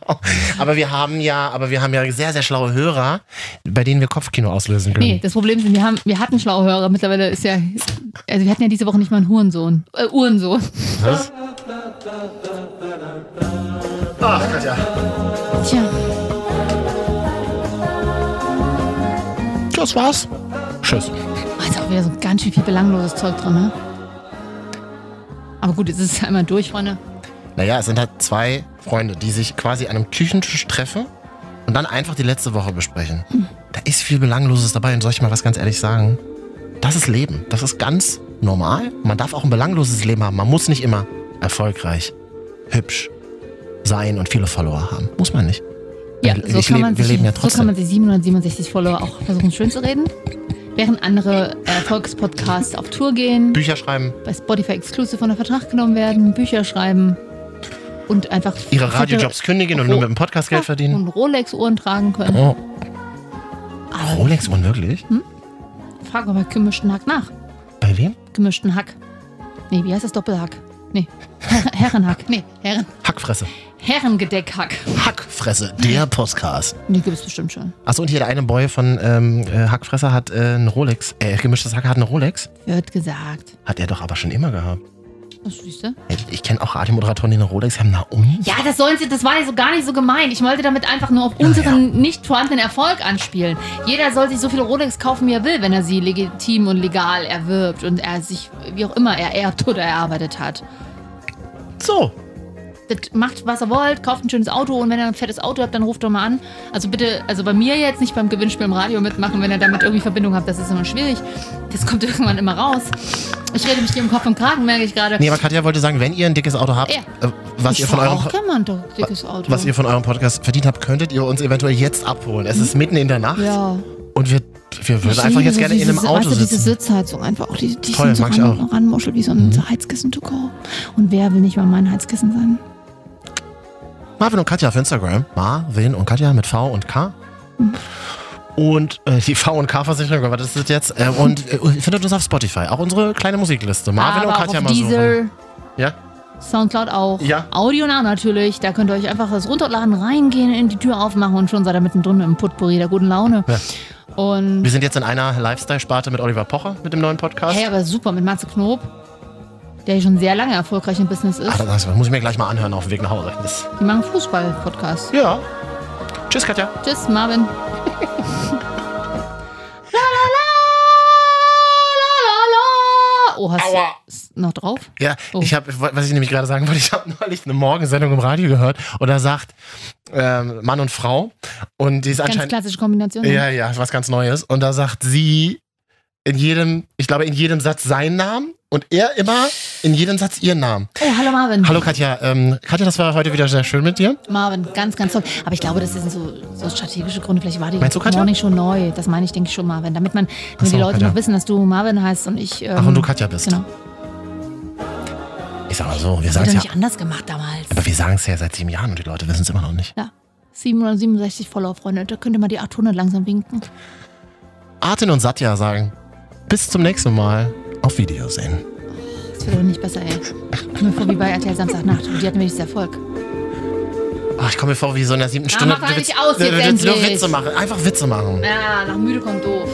Aber wir haben ja, aber wir haben ja sehr, sehr schlaue Hörer, bei denen wir Kopfkino auslösen können.
Nee, das Problem ist, wir, haben, wir hatten schlaue Hörer. Mittlerweile ist ja. Also, wir hatten ja diese Woche nicht mal einen Hurensohn. Äh, Uhrensohn.
Was? Ach, Katja.
Tja, oh,
Das war's. Tschüss.
oh, ist auch wieder so ganz schön viel belangloses Zeug drin, ne? Aber gut, jetzt ist es einmal durch, Freunde.
Naja, es sind halt zwei Freunde, die sich quasi an einem Küchentisch treffen und dann einfach die letzte Woche besprechen. Da ist viel Belangloses dabei und soll ich mal was ganz ehrlich sagen? Das ist Leben. Das ist ganz normal. Man darf auch ein belangloses Leben haben. Man muss nicht immer erfolgreich, hübsch sein und viele Follower haben. Muss man nicht.
Ja,
Wir-
so
ich
kann,
lebe-
man
wir
sich,
leben ja
so kann
trotzdem.
man sich 767 Follower auch versuchen, schön zu reden. Während andere Erfolgspodcasts auf Tour gehen,
Bücher schreiben,
bei Spotify Exclusive unter Vertrag genommen werden, Bücher schreiben und einfach
ihre
fette-
Radiojobs kündigen und nur mit dem Podcast Geld
Ja,
verdienen.
Und Rolex-Uhren tragen können.
Oh,
Aber
Rolex unmöglich?
Frag mal bei gemischten Hack nach.
Bei wem?
Gemischten Hack. Nee, wie heißt das? Doppelhack. Nee. Her Herrenhack. Nee, Herren
Hackfresse. Hm?
Herrengedeckhack.
Hackfresse, der Podcast.
Die gibt es bestimmt schon.
Achso, und hier der eine Boy von ähm, äh, Hackfresser hat äh, einen Rolex. Äh, gemischtes Hack hat einen Rolex.
Wird gesagt.
Hat er doch aber schon immer gehabt.
Das siehst du?
Ey, Ich kenne auch Radiomoderatoren, die einen Rolex haben. Na und?
Ja, das sollen sie, das war ja so gar nicht so gemein. Ich wollte damit einfach nur auf unseren nicht vorhandenen Erfolg anspielen. Jeder soll sich so viele Rolex kaufen, wie er will, wenn er sie legitim und legal erwirbt und er sich, wie auch immer, er erbt oder erarbeitet hat.
So.
Das macht, was ihr wollt, kauft ein schönes Auto und wenn ihr ein fettes Auto habt, dann ruft doch mal an. Also bitte, also bei mir jetzt nicht beim Gewinnspiel im Radio mitmachen, wenn ihr damit irgendwie Verbindung habt, das ist immer schwierig. Das kommt irgendwann immer raus. Ich rede mich hier im Kopf und Kragen, merke ich gerade.
Nee, aber Katja wollte sagen, wenn ihr ein dickes Auto habt,
Ja.
äh, was,
Ich
ihr von
fahr
eurem,
auch
Po-
kann man doch dickes Auto.
was ihr von eurem Podcast verdient habt, könntet ihr uns eventuell jetzt abholen. Es ist mitten in der Nacht
Hm? ja.
und wir, wir würden einfach jetzt gerne in einem Auto
weißt du, diese
sitzen.
Sitzheizung einfach auch, die, die
Voll,
sind so
mag ich
ran,
auch. Mhm.
ranmuschelt wie so ein Heizkissen to go. Und wer will nicht mal mein Heizkissen sein?
Marvin und Katja auf Instagram. Marvin und Katja mit V und K. Und äh, die V und K-Versicherung, aber das ist jetzt. Äh, und äh, findet uns auf Spotify. Auch unsere kleine Musikliste. Marvin
Aber
und
auch
Katja
auf
mal suchen.
Deezer,
Ja.
Soundcloud auch.
Ja.
Audio Now natürlich. Da könnt ihr euch einfach das runterladen, reingehen, in die Tür aufmachen und schon seid ihr mittendrin im Potpourri der guten Laune.
Ja.
Und
Wir sind jetzt in einer Lifestyle-Sparte mit Oliver Pocher mit dem neuen Podcast.
hey, aber super, mit Matze Knob, der schon sehr lange erfolgreich im Business
Ah,
ist.
das muss ich mir gleich mal anhören auf dem Weg nach Hause. Das,
Die machen Fußball-Podcast.
ja. Tschüss, Katja.
Tschüss, Marvin. Oh, hast
Aua.
du ist noch drauf?
Ja,
Oh.
ich habe, was ich nämlich gerade sagen wollte, ich habe neulich eine Morgensendung im Radio gehört und da sagt ähm, Mann und Frau und die ist
Ganz
anscheinend,
klassische Kombination.
ja, ja, was ganz Neues und da sagt sie in jedem, ich glaube in jedem Satz seinen Namen und er immer in jedem Satz ihren Namen.
Oh, hallo Marvin.
Hallo Katja, ähm, Katja, das war heute wieder sehr schön mit dir.
Marvin, ganz, ganz toll. Aber ich glaube, das sind so, so strategische Gründe. Vielleicht war die
Meinst du, Katja?
Morning Show neu. Das meine ich, denke ich schon, Marvin. Damit man, damit
so,
die Leute
Katja.
noch wissen, dass du Marvin heißt und ich. Ähm,
Ach, und du Katja bist.
Genau.
Ich sag mal so, wir
Hat
sagen
er
es ja,
nicht anders gemacht damals.
aber wir sagen es ja seit sieben Jahren und die Leute wissen es immer noch nicht.
Ja. 767 Follower, Freunde. Da könnte man die 800 langsam winken.
Artin und Satya sagen, bis zum nächsten Mal, auf Video sehen.
Das wird doch nicht besser, ey. Nur vor wie bei RTL Samstagnacht. Und die hatten wenigstens Erfolg.
Ach, ich komme mir vor wie so in der siebten
Ja,
Stunde.
mach doch
Du
nicht aus
du
jetzt
willst nur
endlich.
Witze machen. Einfach Witze machen.
Ja, nach müde kommt doof.